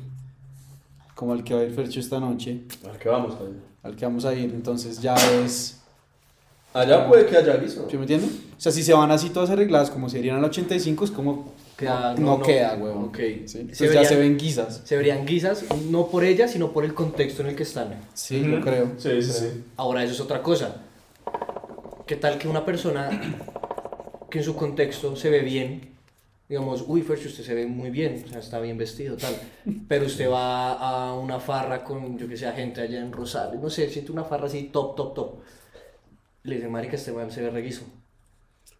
G: Como el que va a ir Fercho esta noche.
E: ¿Al que vamos allá?
G: Al que vamos a ir. Entonces ya es...
E: Allá puede que haya guiso.
G: ¿Sí me entienden? O sea, si se van así todas arregladas como serían al 85 es como...
D: Queda-
G: no,
D: no, no.
G: queda, huevón.
D: Ok.
G: Sí.
D: Se
G: Entonces ya
D: verían-
G: se ven guisas.
D: Se verían guisas, no por ellas, sino por el contexto en el que están.
G: Sí, yo creo.
E: Sí, sí, sí.
D: Ahora, eso es otra cosa. ¿Qué tal que una persona que en su contexto se ve bien, digamos, uy, Fercho, usted se ve muy bien, o sea, está bien vestido, tal, pero usted va a una farra con, yo que sé, gente allá en Rosales, no sé, siente una farra así top, top, top. Le dicen, marica, este man se ve reguizo.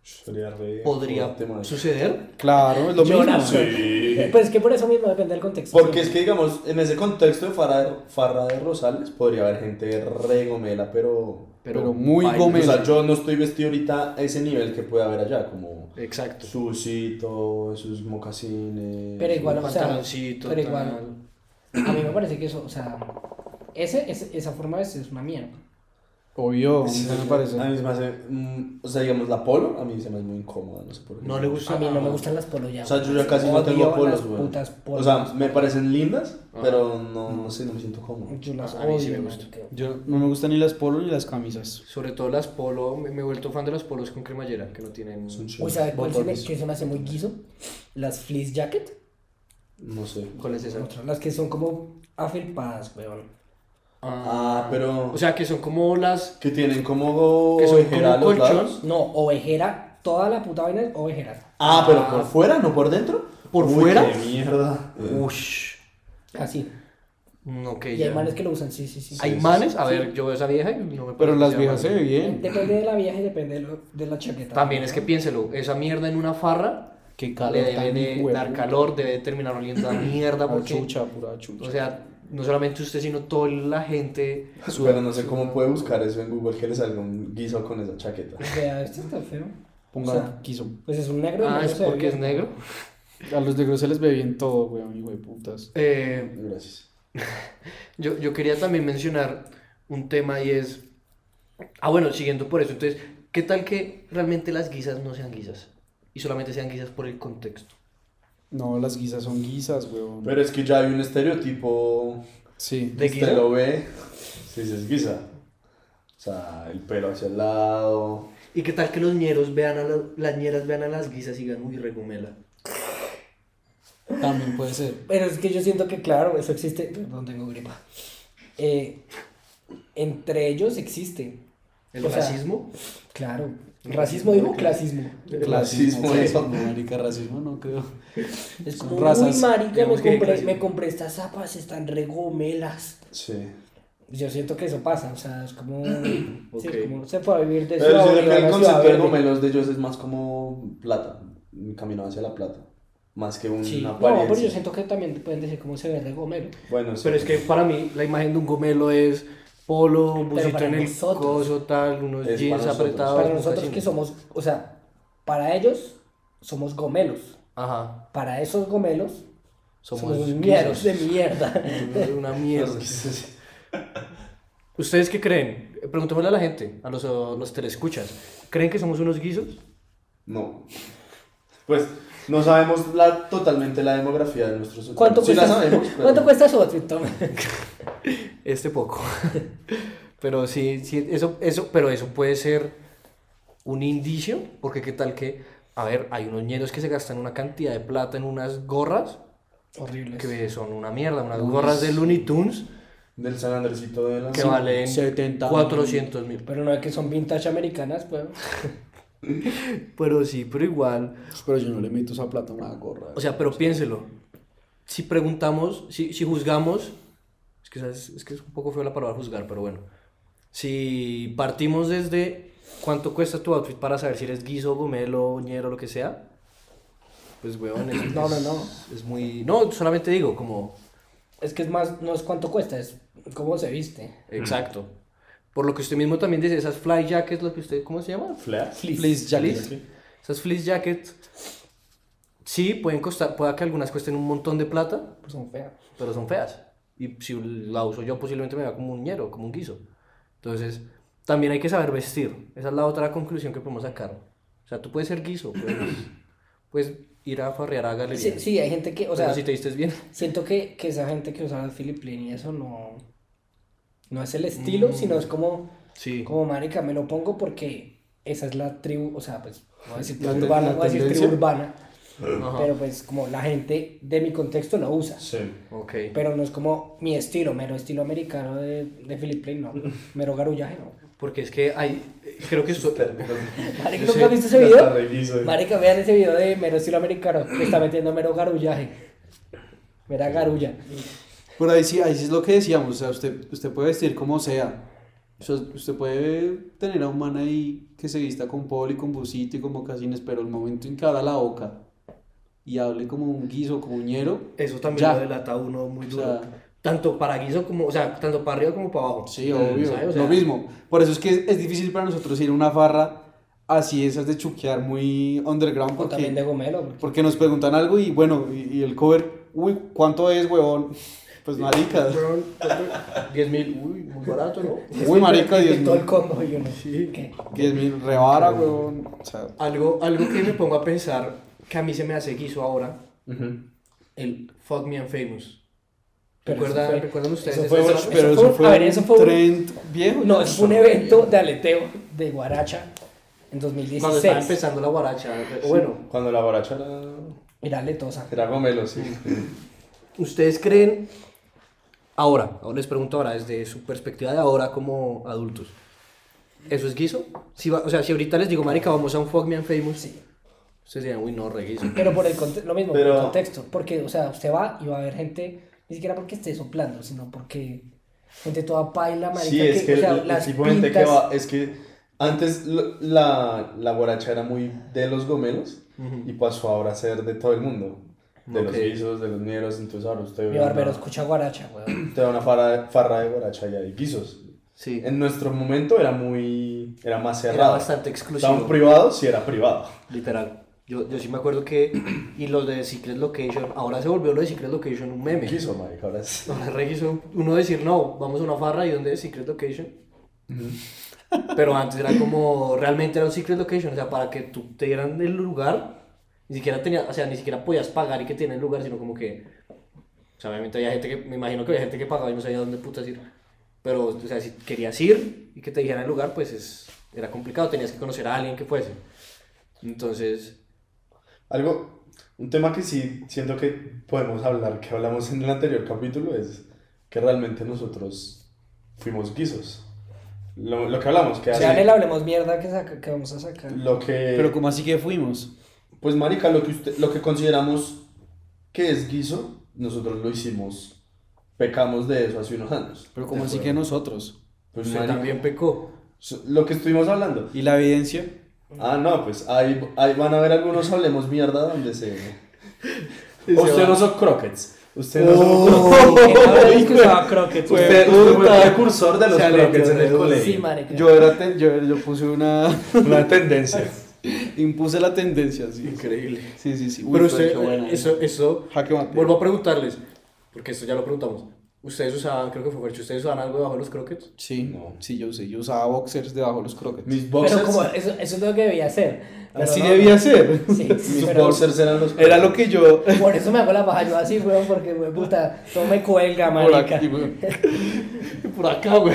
E: Sería re.
D: ¿Podría
E: fuerte, marica.
D: suceder?
G: Claro, es lo mismo.
F: Llora.
E: Sí.
F: Pues es que por eso mismo depende del contexto.
E: Porque
F: sí.
E: es que, digamos, en ese contexto de farra, farra de Rosales, podría haber gente re gomela, pero.
D: Pero,
G: Pero muy
D: baila.
E: O
G: gomela.
E: sea, yo no estoy vestido ahorita a ese nivel que puede haber allá, como
D: Exacto.
E: sucito, sus mocasines.
F: Pero igual, o sea,
D: pantaloncito,
F: pero
D: tal.
F: igual. A mí me parece que eso, o sea, ese, ese- esa forma de vestir es una mierda.
G: Obvio, no me
E: A
G: parece.
E: mí se me hace. mm, o sea, digamos, la polo a mí se me hace muy incómoda, no sé por qué.
D: No le gusta.
F: A mí no me gustan las polos ya.
E: O sea, yo ya
F: güey.
E: casi no
F: Odio
E: tengo polos,
F: las
E: güey.
F: putas
E: O
F: polos.
E: sea, me parecen lindas,
D: Ah.
E: pero no, no sé, no me siento cómodo.
F: yo las
D: a mí sí
F: odio,
D: me gusta.
F: marica.
G: Yo no me gustan ni las polos ni las camisas.
D: Sobre todo las polo, me, me he vuelto fan de las polos con cremallera, que no tienen...
E: Son chidas.
F: O sea, ¿cuál se me, que se me hace muy guiso? Las fleece jacket.
E: No sé.
D: ¿Cuál es esa?
F: Las que son como afelpadas, weón.
E: Ah, pero.
D: O sea, que son como las...
E: que tienen como.
D: Que son
E: ojera
D: como
E: a
D: un
E: los
D: colchón.
E: lados.
F: No, ovejera. Toda la puta vaina es ovejera.
E: Ah, pero por fuera, no por dentro.
D: ¿Por
E: Uy,
D: fuera? Uh,
E: Qué mierda.
D: Ush.
F: Así.
D: No, que
F: Y hay
D: ya.
F: manes que lo usan, sí, sí, sí.
D: Hay manes, a ver, yo veo esa vieja y no me
G: Pero
D: parece
G: las
D: que sea
G: viejas se
D: man.
G: ve bien.
F: Depende de la vieja y depende de, lo- de la chaqueta.
D: También es que piénselo, esa mierda en una farra
G: Qué
D: le
G: calor
D: debe
G: tan
D: de
G: hijueputa.
D: dar calor, debe de terminar oliendo a mierda
G: Pura
D: porque...
G: Ah, chucha, pura chucha.
D: O sea, no solamente usted, sino toda la gente...
E: Pero no sé cómo puede buscar eso en Google que le salga un guiso con esa chaqueta.
F: O sea, esto este está feo.
G: Ponga
F: o sea,
G: quiso.
F: Pues es un negro.
D: Ah,
F: no
D: es
F: se ve
D: porque es
F: bien.
D: negro.
G: A los negros se les ve bien todo, weón, hijo de putas.
D: Eh,
E: Gracias.
D: Yo, yo quería también mencionar un tema y es. Ah, bueno, siguiendo por eso. Entonces, ¿qué tal que realmente las guisas no sean guisas? Y solamente sean guisas por el contexto.
G: No, las guisas son guisas, weón.
E: Pero es que ya hay un estereotipo.
G: Sí.
D: ¿De
E: usted
D: guisa?
E: lo ve. Sí, sí, es guisa. O sea, el pelo hacia el lado.
D: ¿Y qué tal que los ñeros vean a la- las ñeras vean a las guisas y digan, uy, regumela?
G: También puede ser.
F: Pero es que yo siento que, claro, eso existe. Perdón, tengo gripa. Eh, entre ellos existe.
D: ¿El
F: O sea,
D: racismo?
F: Claro. Racismo digo clasismo.
E: Clasismo,
G: eso.
E: eso.
G: Marica, racismo no creo.
F: Es
G: Son
F: como,
G: razas.
F: uy, marica,
D: Digamos
F: me
D: que
F: compré,
D: clasismo.
F: me compré estas zapas, están regomelas.
E: Sí.
F: Yo siento que eso pasa, o sea, es como, sí,
D: Ok.
F: como se fue a vivir de
E: Pero
F: ciudad
E: yo creo
F: Bolívar
E: que el
F: a ciudad
E: concepto de
F: verde.
E: gomelos de ellos es más como plata. Camino hacia la plata. Más que una
D: Sí. No,
F: No, pero yo
E: apariencia.
F: siento que también pueden decir cómo se ve regomelo.
E: Bueno, sí.
D: Pero es que para mí la imagen de un gomelo es polo, un
F: Pero
D: busito
F: para
D: en el
F: nosotros.
D: coso, tal, unos
E: Es para
D: jeans
E: nosotros.
D: apretados.
F: Para nosotros
D: mocasines.
F: que somos, o sea, para ellos somos gomelos.
D: Ajá,
F: Para esos gomelos somos,
D: somos,
F: mieros de
D: guisos.
F: mierda.
D: Una mierda. ¿Ustedes qué creen? Eh, Preguntémosle a la gente, a los, a los telescuchas. ¿Creen que somos unos guisos?
E: No. Pues no sabemos la, totalmente la demografía de nuestros
F: ¿Cuánto,
E: sí
F: cuesta,
E: la sabemos, pero-
F: ¿Cuánto cuesta su outfit, Tom?
D: Este poco. pero sí, sí, eso, eso, pero eso puede ser un indicio, porque qué tal que, a ver, hay unos ñeros que se gastan una cantidad de plata en unas gorras
F: Horrible.
D: que son una mierda, unas gorras de Looney Tunes
E: Del San Andresito de la
D: que valen
G: 70
D: 400 mil.
F: Pero no es que son vintage americanas, pues.
D: Pero sí, pero igual.
G: Pero yo no le meto esa plata a una gorra.
D: O sea, pero piénselo. Si preguntamos, si, si juzgamos, es que, ¿sabes? es que es un poco feo la palabra juzgar, pero bueno. Si partimos desde cuánto cuesta tu outfit para saber si eres guiso, gomelo, oñero, lo que sea, pues, weón, es,
F: No, no,
D: es-
F: no.
D: es muy... No, solamente digo, como...
F: Es que es más, no es cuánto cuesta, es cómo se viste.
D: Exacto. Por lo que usted mismo también dice, esas fly jackets, lo que usted, ¿cómo se llama?
E: Flare.
G: Please, Jack.
D: Fleece. Esas fleece jackets, sí, pueden costar, pueda que algunas cuesten un montón de plata,
F: Pues son feas.
D: pero son feas. Y si la uso yo, posiblemente me vea como un ñero, como un guiso. Entonces, también hay que saber vestir. Esa es la otra conclusión que podemos sacar. O sea, tú puedes ser guiso, puedes, puedes ir a farrear a galerías.
F: Sí, sí, hay gente que, o
D: o
F: sea,
D: si te vistes bien.
F: siento que, que esa gente que usa Philip Lane y eso no, no es el estilo, sino es como,
D: Sí.
F: como marica, me lo pongo porque esa es la tribu, o sea, pues, no voy a decir
G: La
F: tribu
G: ten-
F: urbana,
G: la
F: voy a decir tribu
G: tendencia.
F: urbana, pero pues como la gente de mi contexto lo usa.
E: Sí.
D: Ok.
F: Pero no es como mi estilo, mero estilo americano de, de Philip Lane, no. Mero garullaje, no.
D: Porque es que hay... Creo que esto...
F: Marica,
D: Yo
F: ¿nunca
D: sé,
F: has visto ese
E: ya
F: video?
E: está re liso, eh.
F: Marica, vean ese video de mero estilo americano. que Está metiendo mero garullaje. Mera garulla.
G: Por ahí sí, ahí sí es lo que decíamos, o sea, usted, usted puede vestir como sea. O sea, usted puede tener a un man ahí que se vista con polo y con busito y con mocasines, pero el momento en que abra la boca y hable como un guiso, como un ñero,
D: Eso también
G: Ya.
D: lo delata uno muy
G: O
D: duro.
G: sea-
D: tanto para guiso como, o sea, tanto para arriba como para abajo.
G: Sí, obvio,
D: ¿sabes? O sea,
G: lo mismo. Por eso es que es, es difícil para nosotros ir a una farra así, esas de chuquear muy underground,
F: O también de
G: porque,
F: gomelo. porque-
G: porque nos preguntan algo y bueno, y, y el cover, uy, ¿cuánto es, huevón? Pues marica.
D: fueron 10 mil, uy, muy barato, ¿no?
G: Uy, marica,
F: de
G: 10
F: todo el
G: mil.
F: combo y uno. ¿Qué?
G: 10 mil, rebara, huevón. O sea,
D: Algo, algo que me pongo a pensar que a mí se me hace guiso ahora, el Fuck Me and Famous.
F: Pero
D: ¿Recuerdan,
F: eso fue-
D: ¿Recuerdan ustedes?
F: eso
D: ese-
F: fue
D: ese-
F: una-
D: ese-
G: pero
F: fue
G: eso
F: un-
G: fue,
F: a ver, eso fue
G: un
F: un-
G: trend viejo.
F: No, es un evento de aleteo de Guaracha en
D: cuando estaba
F: 2016.
D: empezando la guaracha. o Bueno,
E: Cuando la baracha era,
F: Era aletosa.
E: era gomelo, sí.
D: ¿ustedes creen ahora? ahora Les pregunto ahora, desde su perspectiva de ahora como adultos. ¿Eso es guiso? Si va- o sea, si ahorita les digo, marica, vamos a un Fuck Me and Famous, ustedes dirán, uy, no, re guiso.
F: Pero por el conte- lo mismo, por
E: Pero-
F: el contexto. Porque, o sea, usted va y va a haber gente, ni siquiera porque esté soplando, sino porque gente toda paila, marica.
E: Sí, es que,
F: o sea,
E: el, el
F: las
E: tipo de gente que
F: pintas-
E: va, es que antes lo- la, la guaracha era muy de los gomelos y pasó ahora a ser de todo el mundo. De
D: Ok.
E: los guisos, de los nieros, entonces ahora usted
F: Mi
E: ve una,
F: barbero escucha guaracha, weón.
E: usted ve una farra, farra de guaracha y hay guisos.
D: Sí.
E: En nuestro momento era muy, era más
D: Era
E: cerrado.
D: bastante exclusivo.
E: Estaban privados y era privado.
D: Literal. Yo, yo sí me acuerdo que. Y los de Secret Location. Ahora se volvió lo de Secret Location un meme.
E: Guiso, marica, ahora es...
D: Ahora re quiso uno decir, no, vamos a una farra y donde es Secret Location. Pero antes era como. Realmente era un Secret Location. O sea, para que tú te dieran el lugar. Ni siquiera tenía, o sea, ni siquiera podías pagar y que tiene el lugar, sino como que. O sea, obviamente había gente que. Me imagino que había gente que pagaba y no sabía dónde putas ir. Pero, o sea, si querías ir y que te dijeran el lugar, pues es, era complicado. Tenías que conocer a alguien que fuese. Entonces.
E: Algo, un tema que sí siento que podemos hablar, que hablamos en el anterior capítulo, es que realmente nosotros fuimos guisos. Lo, lo que hablamos, que
F: O sea,
E: hace-
F: le la hablemos mierda que, saca- que vamos a sacar.
E: lo que,
G: Pero como así que fuimos.
E: pues marica, lo que usted, lo que consideramos que es guiso, nosotros lo hicimos, pecamos de eso hace unos años.
G: Pero como así que nosotros.
E: Pues
D: Usted
E: marica,
D: también pecó.
E: so- lo que estuvimos hablando.
G: ¿Y la evidencia?
E: Ah, no, pues ahí, ahí van a ver algunos hablemos mierda donde se.
D: va.
E: Usted no son croquets. Usted no son croquets.
F: Ahora que usaba croquetes, weón.
E: Usted, usted fue el precursor de los
D: Se le
E: croquets en el
D: ocurrió,
E: colegio.
F: Sí, marica.
G: Yo, era te- yo, yo puse una...
E: Una tendencia.
G: impuse la tendencia, sí.
D: Increíble.
G: Sí, sí, sí. Uy,
D: Pero usted,
G: qué buena. ¿eh?
D: eso, eso,
G: Jaque mate.
D: vuelvo a preguntarles, porque esto ya lo preguntamos. Ustedes usaban, creo que fue Fercho, ¿ustedes usaban algo debajo de los croquets?
G: Sí,
E: No.
G: sí, yo sé. Yo usaba boxers debajo de los croquetes.
E: Mis
F: Pero como,
E: boxers.
F: eso, eso es lo que debía hacer. Pero
G: Así
F: no-
G: debía ser.
F: Sí,
E: Mis
F: pero
E: boxers eran los.
G: Era lo que yo...
F: Por eso me hago la paja yo así, weón, porque, weón, puta, todo me cuelga,
G: Por
F: marica.
G: aquí, güey. Por acá, güey.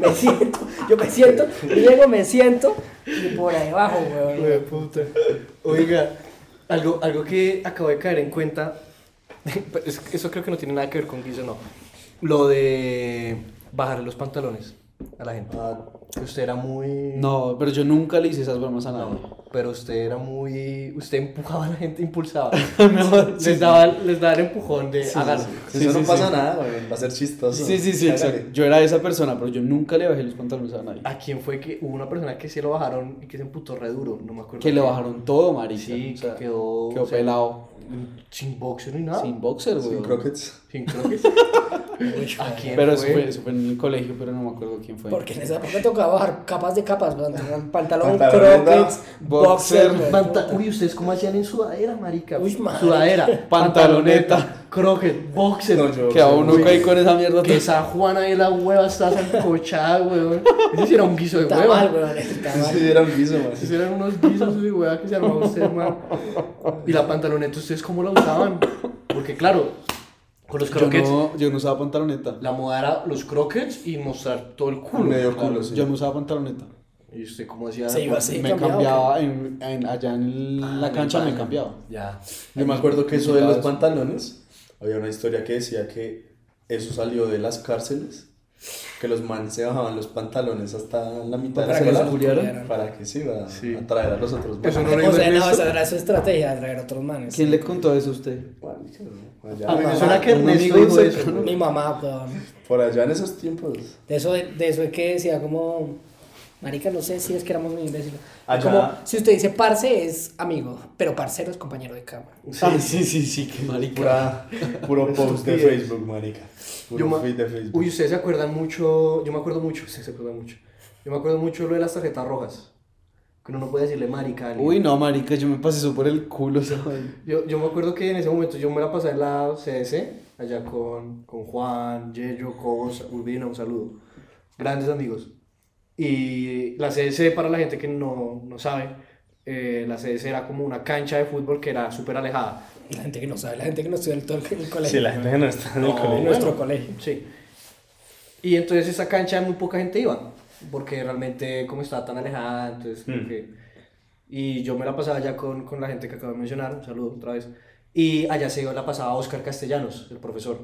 F: Me siento, yo me siento, yo llego, me siento, y por ahí abajo, weón.
D: Oiga, algo, algo que acabo de caer en cuenta, pero es- eso creo que no tiene nada que ver con guiso, no. Lo de bajar los pantalones. a la gente.
E: Ah,
D: Usted era muy...
G: No, pero yo nunca le hice esas bromas a nadie.
D: No, pero usted era muy... Usted empujaba a la gente, impulsaba. No, les, daba, les daba el empujón de hágalo.
E: eso
G: sí,
E: no
G: sí.
E: pasa nada, güey, va a ser chistoso.
G: Sí, sí, sí,
E: Hágale.
G: exacto. Yo era esa persona, pero yo nunca le bajé los pantalones a nadie.
D: ¿A quién fue que hubo una persona que se lo bajaron y que se emputó re duro? No me acuerdo.
G: Que le
D: quién.
G: bajaron todo, marica.
D: Sí,
G: o sea,
D: que quedó...
G: quedó
D: o sea, ¿Ah?
G: pelado.
D: Sin boxeo ni nada.
G: Sin boxer, güey.
E: Sin croquets.
D: Sin croquetes. ¿A quién
G: Pero eso
D: fue?
G: fue, eso fue en el colegio, pero no me acuerdo quién fue.
F: Porque en esa época tocaba bajar capas de capas, weón. Tenían Pantalón,
E: Pantaloneta,
F: croquets, boxer,
G: boxer,
F: weón.
D: Panta- Uy, ¿ustedes cómo hacían en sudadera, marica?
F: Uy, marica.
D: Sudadera, pantaloneta, croquet, boxer.
E: No, yo-
G: Que a uno
E: Uy,
G: cae con esa mierda.
D: Que esa Juana de la hueva está sancochada, weón. Ese sí era un guiso de
F: Está mal,
D: hueva.
F: weón. Está mal.
E: Sí, era un guiso, man.
D: Esos eran unos guisos de hueva que se armaba usted, man. Y la pantaloneta, ¿ustedes cómo la usaban? Porque, claro, con los
G: Yo
D: croquets,
G: no, yo no usaba pantaloneta.
D: la moda era los croquets y mostrar todo el culo.
E: Medio
G: Claro,
E: culo, sí.
G: Yo no usaba pantaloneta.
D: ¿Y usted cómo hacía?
F: Se iba así,
G: me
F: cambiado,
G: cambiaba en, en- allá en el- la cancha, me cambiaba.
D: Ya.
E: Yo me acuerdo que eso de los pantalones, había una historia que decía que eso salió de las cárceles, que los manes se bajaban los pantalones hasta la mitad de
F: Para que
E: la
F: los
E: sala,
F: culiaran.
E: para que se iba
D: Sí.
E: a traer a los otros
D: Eso
E: manes.
D: no lo
F: O sea,
D: inventó.
F: no, esa era su estrategia, traer otros manes.
G: ¿Quién le contó eso a usted?
E: Marica, ¿no? Allá-
D: A mí me
G: Ah,
E: allá-
D: suena que
G: un
D: Ernesto
G: amigo
D: dijo
G: cercano.
D: eso.
F: Mi mamá, weón.
E: Por allá en esos tiempos.
F: De eso, de eso es que decía como, marica, no sé si es que éramos muy imbéciles.
G: Ah,
E: Allá-
F: Como, si usted dice parce, es amigo, pero parcero es compañero de cama.
G: Ah, sí, sí, sí, qué marica.
E: Pura, puro post de Facebook, marica.
D: Yo
E: Puro
D: ma-
E: feed de Facebook.
D: Uy, ustedes se acuerdan mucho, yo me acuerdo mucho, ustedes se acuerdan mucho. Yo me acuerdo mucho lo de las tarjetas rojas. Que uno no puede decirle marica a alguien.
G: Uy, no, marica, yo me pasé eso por el culo, ¿sabes?
D: Yo, yo me acuerdo que en ese momento yo me la pasé en la CDC, allá con, con Juan, Yello, Cobos, Urbina, un saludo. Grandes amigos. Y la CDC, para la gente que no, no sabe, eh, la CDC era como una cancha de fútbol que era súper alejada.
F: La gente que no sabe, la gente que no estudia en todo el, el colegio.
E: Sí, la gente no está en el
D: No,
E: colegio.
F: nuestro colegio.
D: Sí. Y entonces esa cancha muy poca gente iba, porque realmente como estaba tan alejada, entonces como que- Y yo me la pasaba ya con, con la gente que acabo de mencionar, un saludo otra vez. Y allá se iba, la pasaba Oscar Castellanos, el profesor.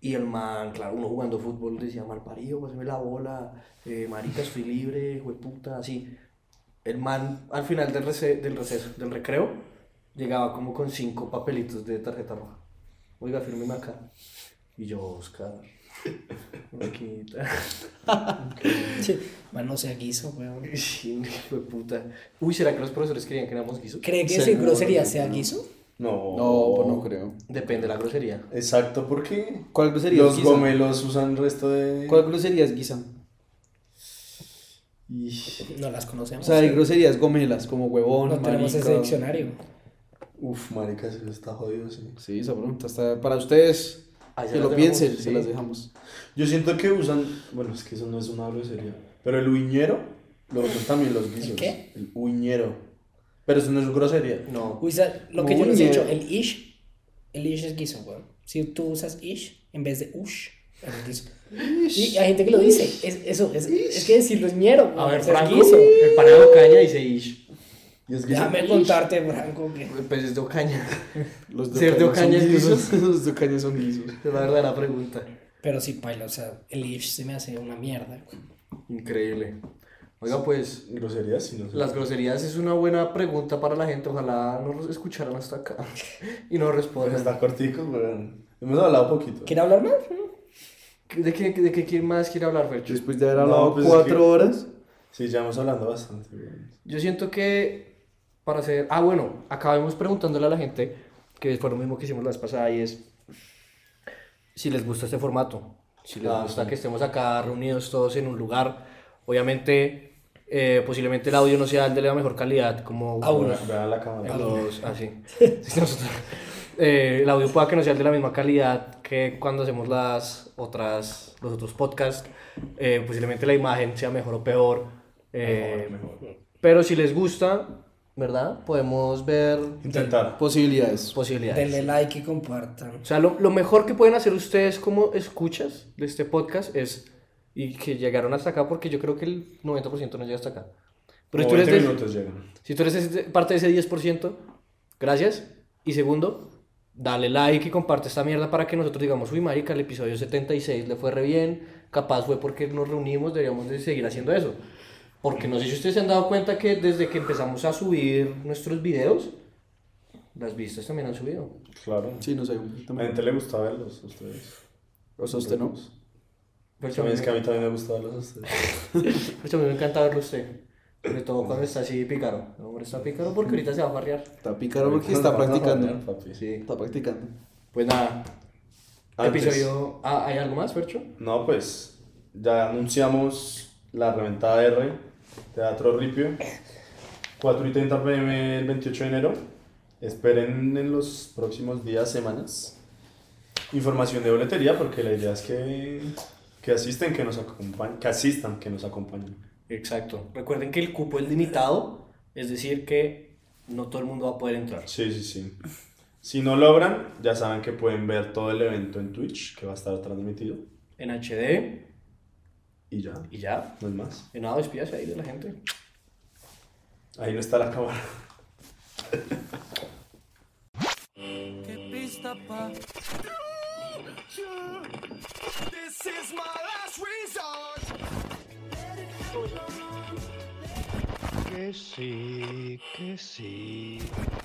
D: Y el man, claro, uno jugando fútbol decía, mal parido, pásame la bola, eh, marica, estoy libre, puta, así. El man al final del, rece- del receso, del recreo, llegaba como con cinco papelitos de tarjeta roja. Oiga, firme acá. Y yo, Oscar. Maquita.
F: Sí. Man, no sea guiso, weón.
D: Sí, fue puta. Uy, ¿será que los profesores creían que éramos guisos?
F: ¿Cree que ese grosería sea guiso?
E: No.
G: No, pues no creo.
D: Depende de la grosería.
E: Exacto, ¿por qué?
G: ¿Cuál grosería
E: Los
G: es guisa?
E: gomelos usan resto de.
G: ¿Cuál grosería es guisa?
E: Ish.
F: No las conocemos.
G: O sea, hay groserías gomelas, como huevón,
F: no tenemos
G: marica.
F: ese diccionario.
E: Uf, marica, eso está jodido, sí.
G: Sí, esa pregunta está para ustedes.
D: Ah, ya
G: Que
D: las
G: lo
D: dejamos,
G: piensen,
D: sí.
G: se las dejamos.
E: Yo siento que usan, bueno, es que eso no es una grosería, pero el uñero lo usan también los guisos.
F: ¿El qué?
E: El uñero. Pero eso no es grosería.
D: No.
F: Uy, sa- lo que yo les he
G: Muñe.
F: dicho, el ish, el ish es guiso, weón. Si tú usas ish en vez de ush, es guiso. Y hay gente que lo dice, es, eso, es, es que decirlo es ñero,
D: A
F: weón,
D: ver,
F: o sea, es
D: Franco,
F: guiso.
D: el parado caña dice ish.
E: Y es guiso.
F: Déjame contarte, Franco, que
D: Pues es de Ocaña.
G: Los
D: Ser de
G: Ocaña
D: Ocaña es
G: son guisos. Los de Ocaña son guisos.
D: Es la verdadera pregunta.
F: Pero sí, paila, o sea, el ish se me hace una mierda.
D: Increíble. Oiga, pues,
E: Groserías, sí, no sé.
D: las groserías es una buena pregunta para la gente. Ojalá nos escucharan hasta acá y nos
E: Pero
D: respondan.
E: Está cortico, Pues weón. Hemos hablado poquito.
F: ¿Quiere hablar más?
D: ¿De qué, de qué quién más quiere hablar, Fercho?
G: Después de haber
E: No,
G: hablado
E: pues es
G: cuatro
E: que-
G: horas.
E: Sí, ya hemos hablado bastante, weón.
D: Yo siento que para hacer... Ah, bueno, acabemos preguntándole a la gente, que fue lo mismo que hicimos la vez pasada, y es si les gusta este formato, si les
E: Ah,
D: gusta que estemos acá reunidos todos en un lugar. Obviamente, eh, posiblemente el audio no sea el de la mejor calidad, como...
F: Aún.
D: como-
E: Vean la cámara.
D: los, ah, así. eh, el audio pueda que no sea de la misma calidad que cuando hacemos las otras, los otros podcasts. Eh, posiblemente la imagen sea mejor o peor. Eh, Pero si les gusta, ¿verdad? Podemos ver
E: Intentar.
G: Posibilidades.
D: posibilidades.
F: Denle like y compartan.
D: O sea, lo, lo mejor que pueden hacer ustedes como escuchas de este podcast es, y que llegaron hasta acá, porque yo creo que el 90% no llega hasta acá. Pero si tú eres
E: 20
D: de-
E: minutos llegan.
D: si tú eres ese- parte de ese 10%, gracias. Y segundo, dale like y comparte esta mierda para que nosotros digamos, uy, marica, el episodio 76 le fue re bien, capaz fue porque nos reunimos, deberíamos de seguir haciendo eso. Porque no sé si ustedes se han dado cuenta que desde que empezamos a subir nuestros videos, las vistas también han subido.
E: Claro.
G: Sí, no sé. un
E: A
G: poquito
E: la
G: más.
E: gente le gusta verlos a ustedes.
G: O sea, usted no.
D: Pero
E: También es que a
D: también,
E: mí también me gusta verlos a ustedes.
D: pero también me encanta verlo a usted. Sobre todo cuando está así pícaro. El hombre está pícaro porque ahorita se va a farrear.
G: Está picaro porque está practicando.
D: Sí.
G: Está practicando.
D: Pues nada.
E: Antes.
D: Episodio. Ah, ¿Hay algo más, Fercho?
E: No, pues ya anunciamos la reventada R, Teatro Ripio, 4 y 30 pm el 28 de enero. Esperen en los próximos días, semanas, información de boletería porque la idea es que, que asisten, que nos acompañen, que asistan, que nos acompañen.
D: Exacto. Recuerden que el cupo es limitado, es decir, que no todo el mundo va a poder entrar.
E: Sí, sí, sí. Si no logran, ya saben que pueden ver todo el evento en Twitch, que va a estar transmitido.
D: En HD
E: Y ya,
D: y ya.
E: no es más.
D: De nada, despídase ahí de la gente.
E: Ahí no está la cámara.
H: Que sí, que sí.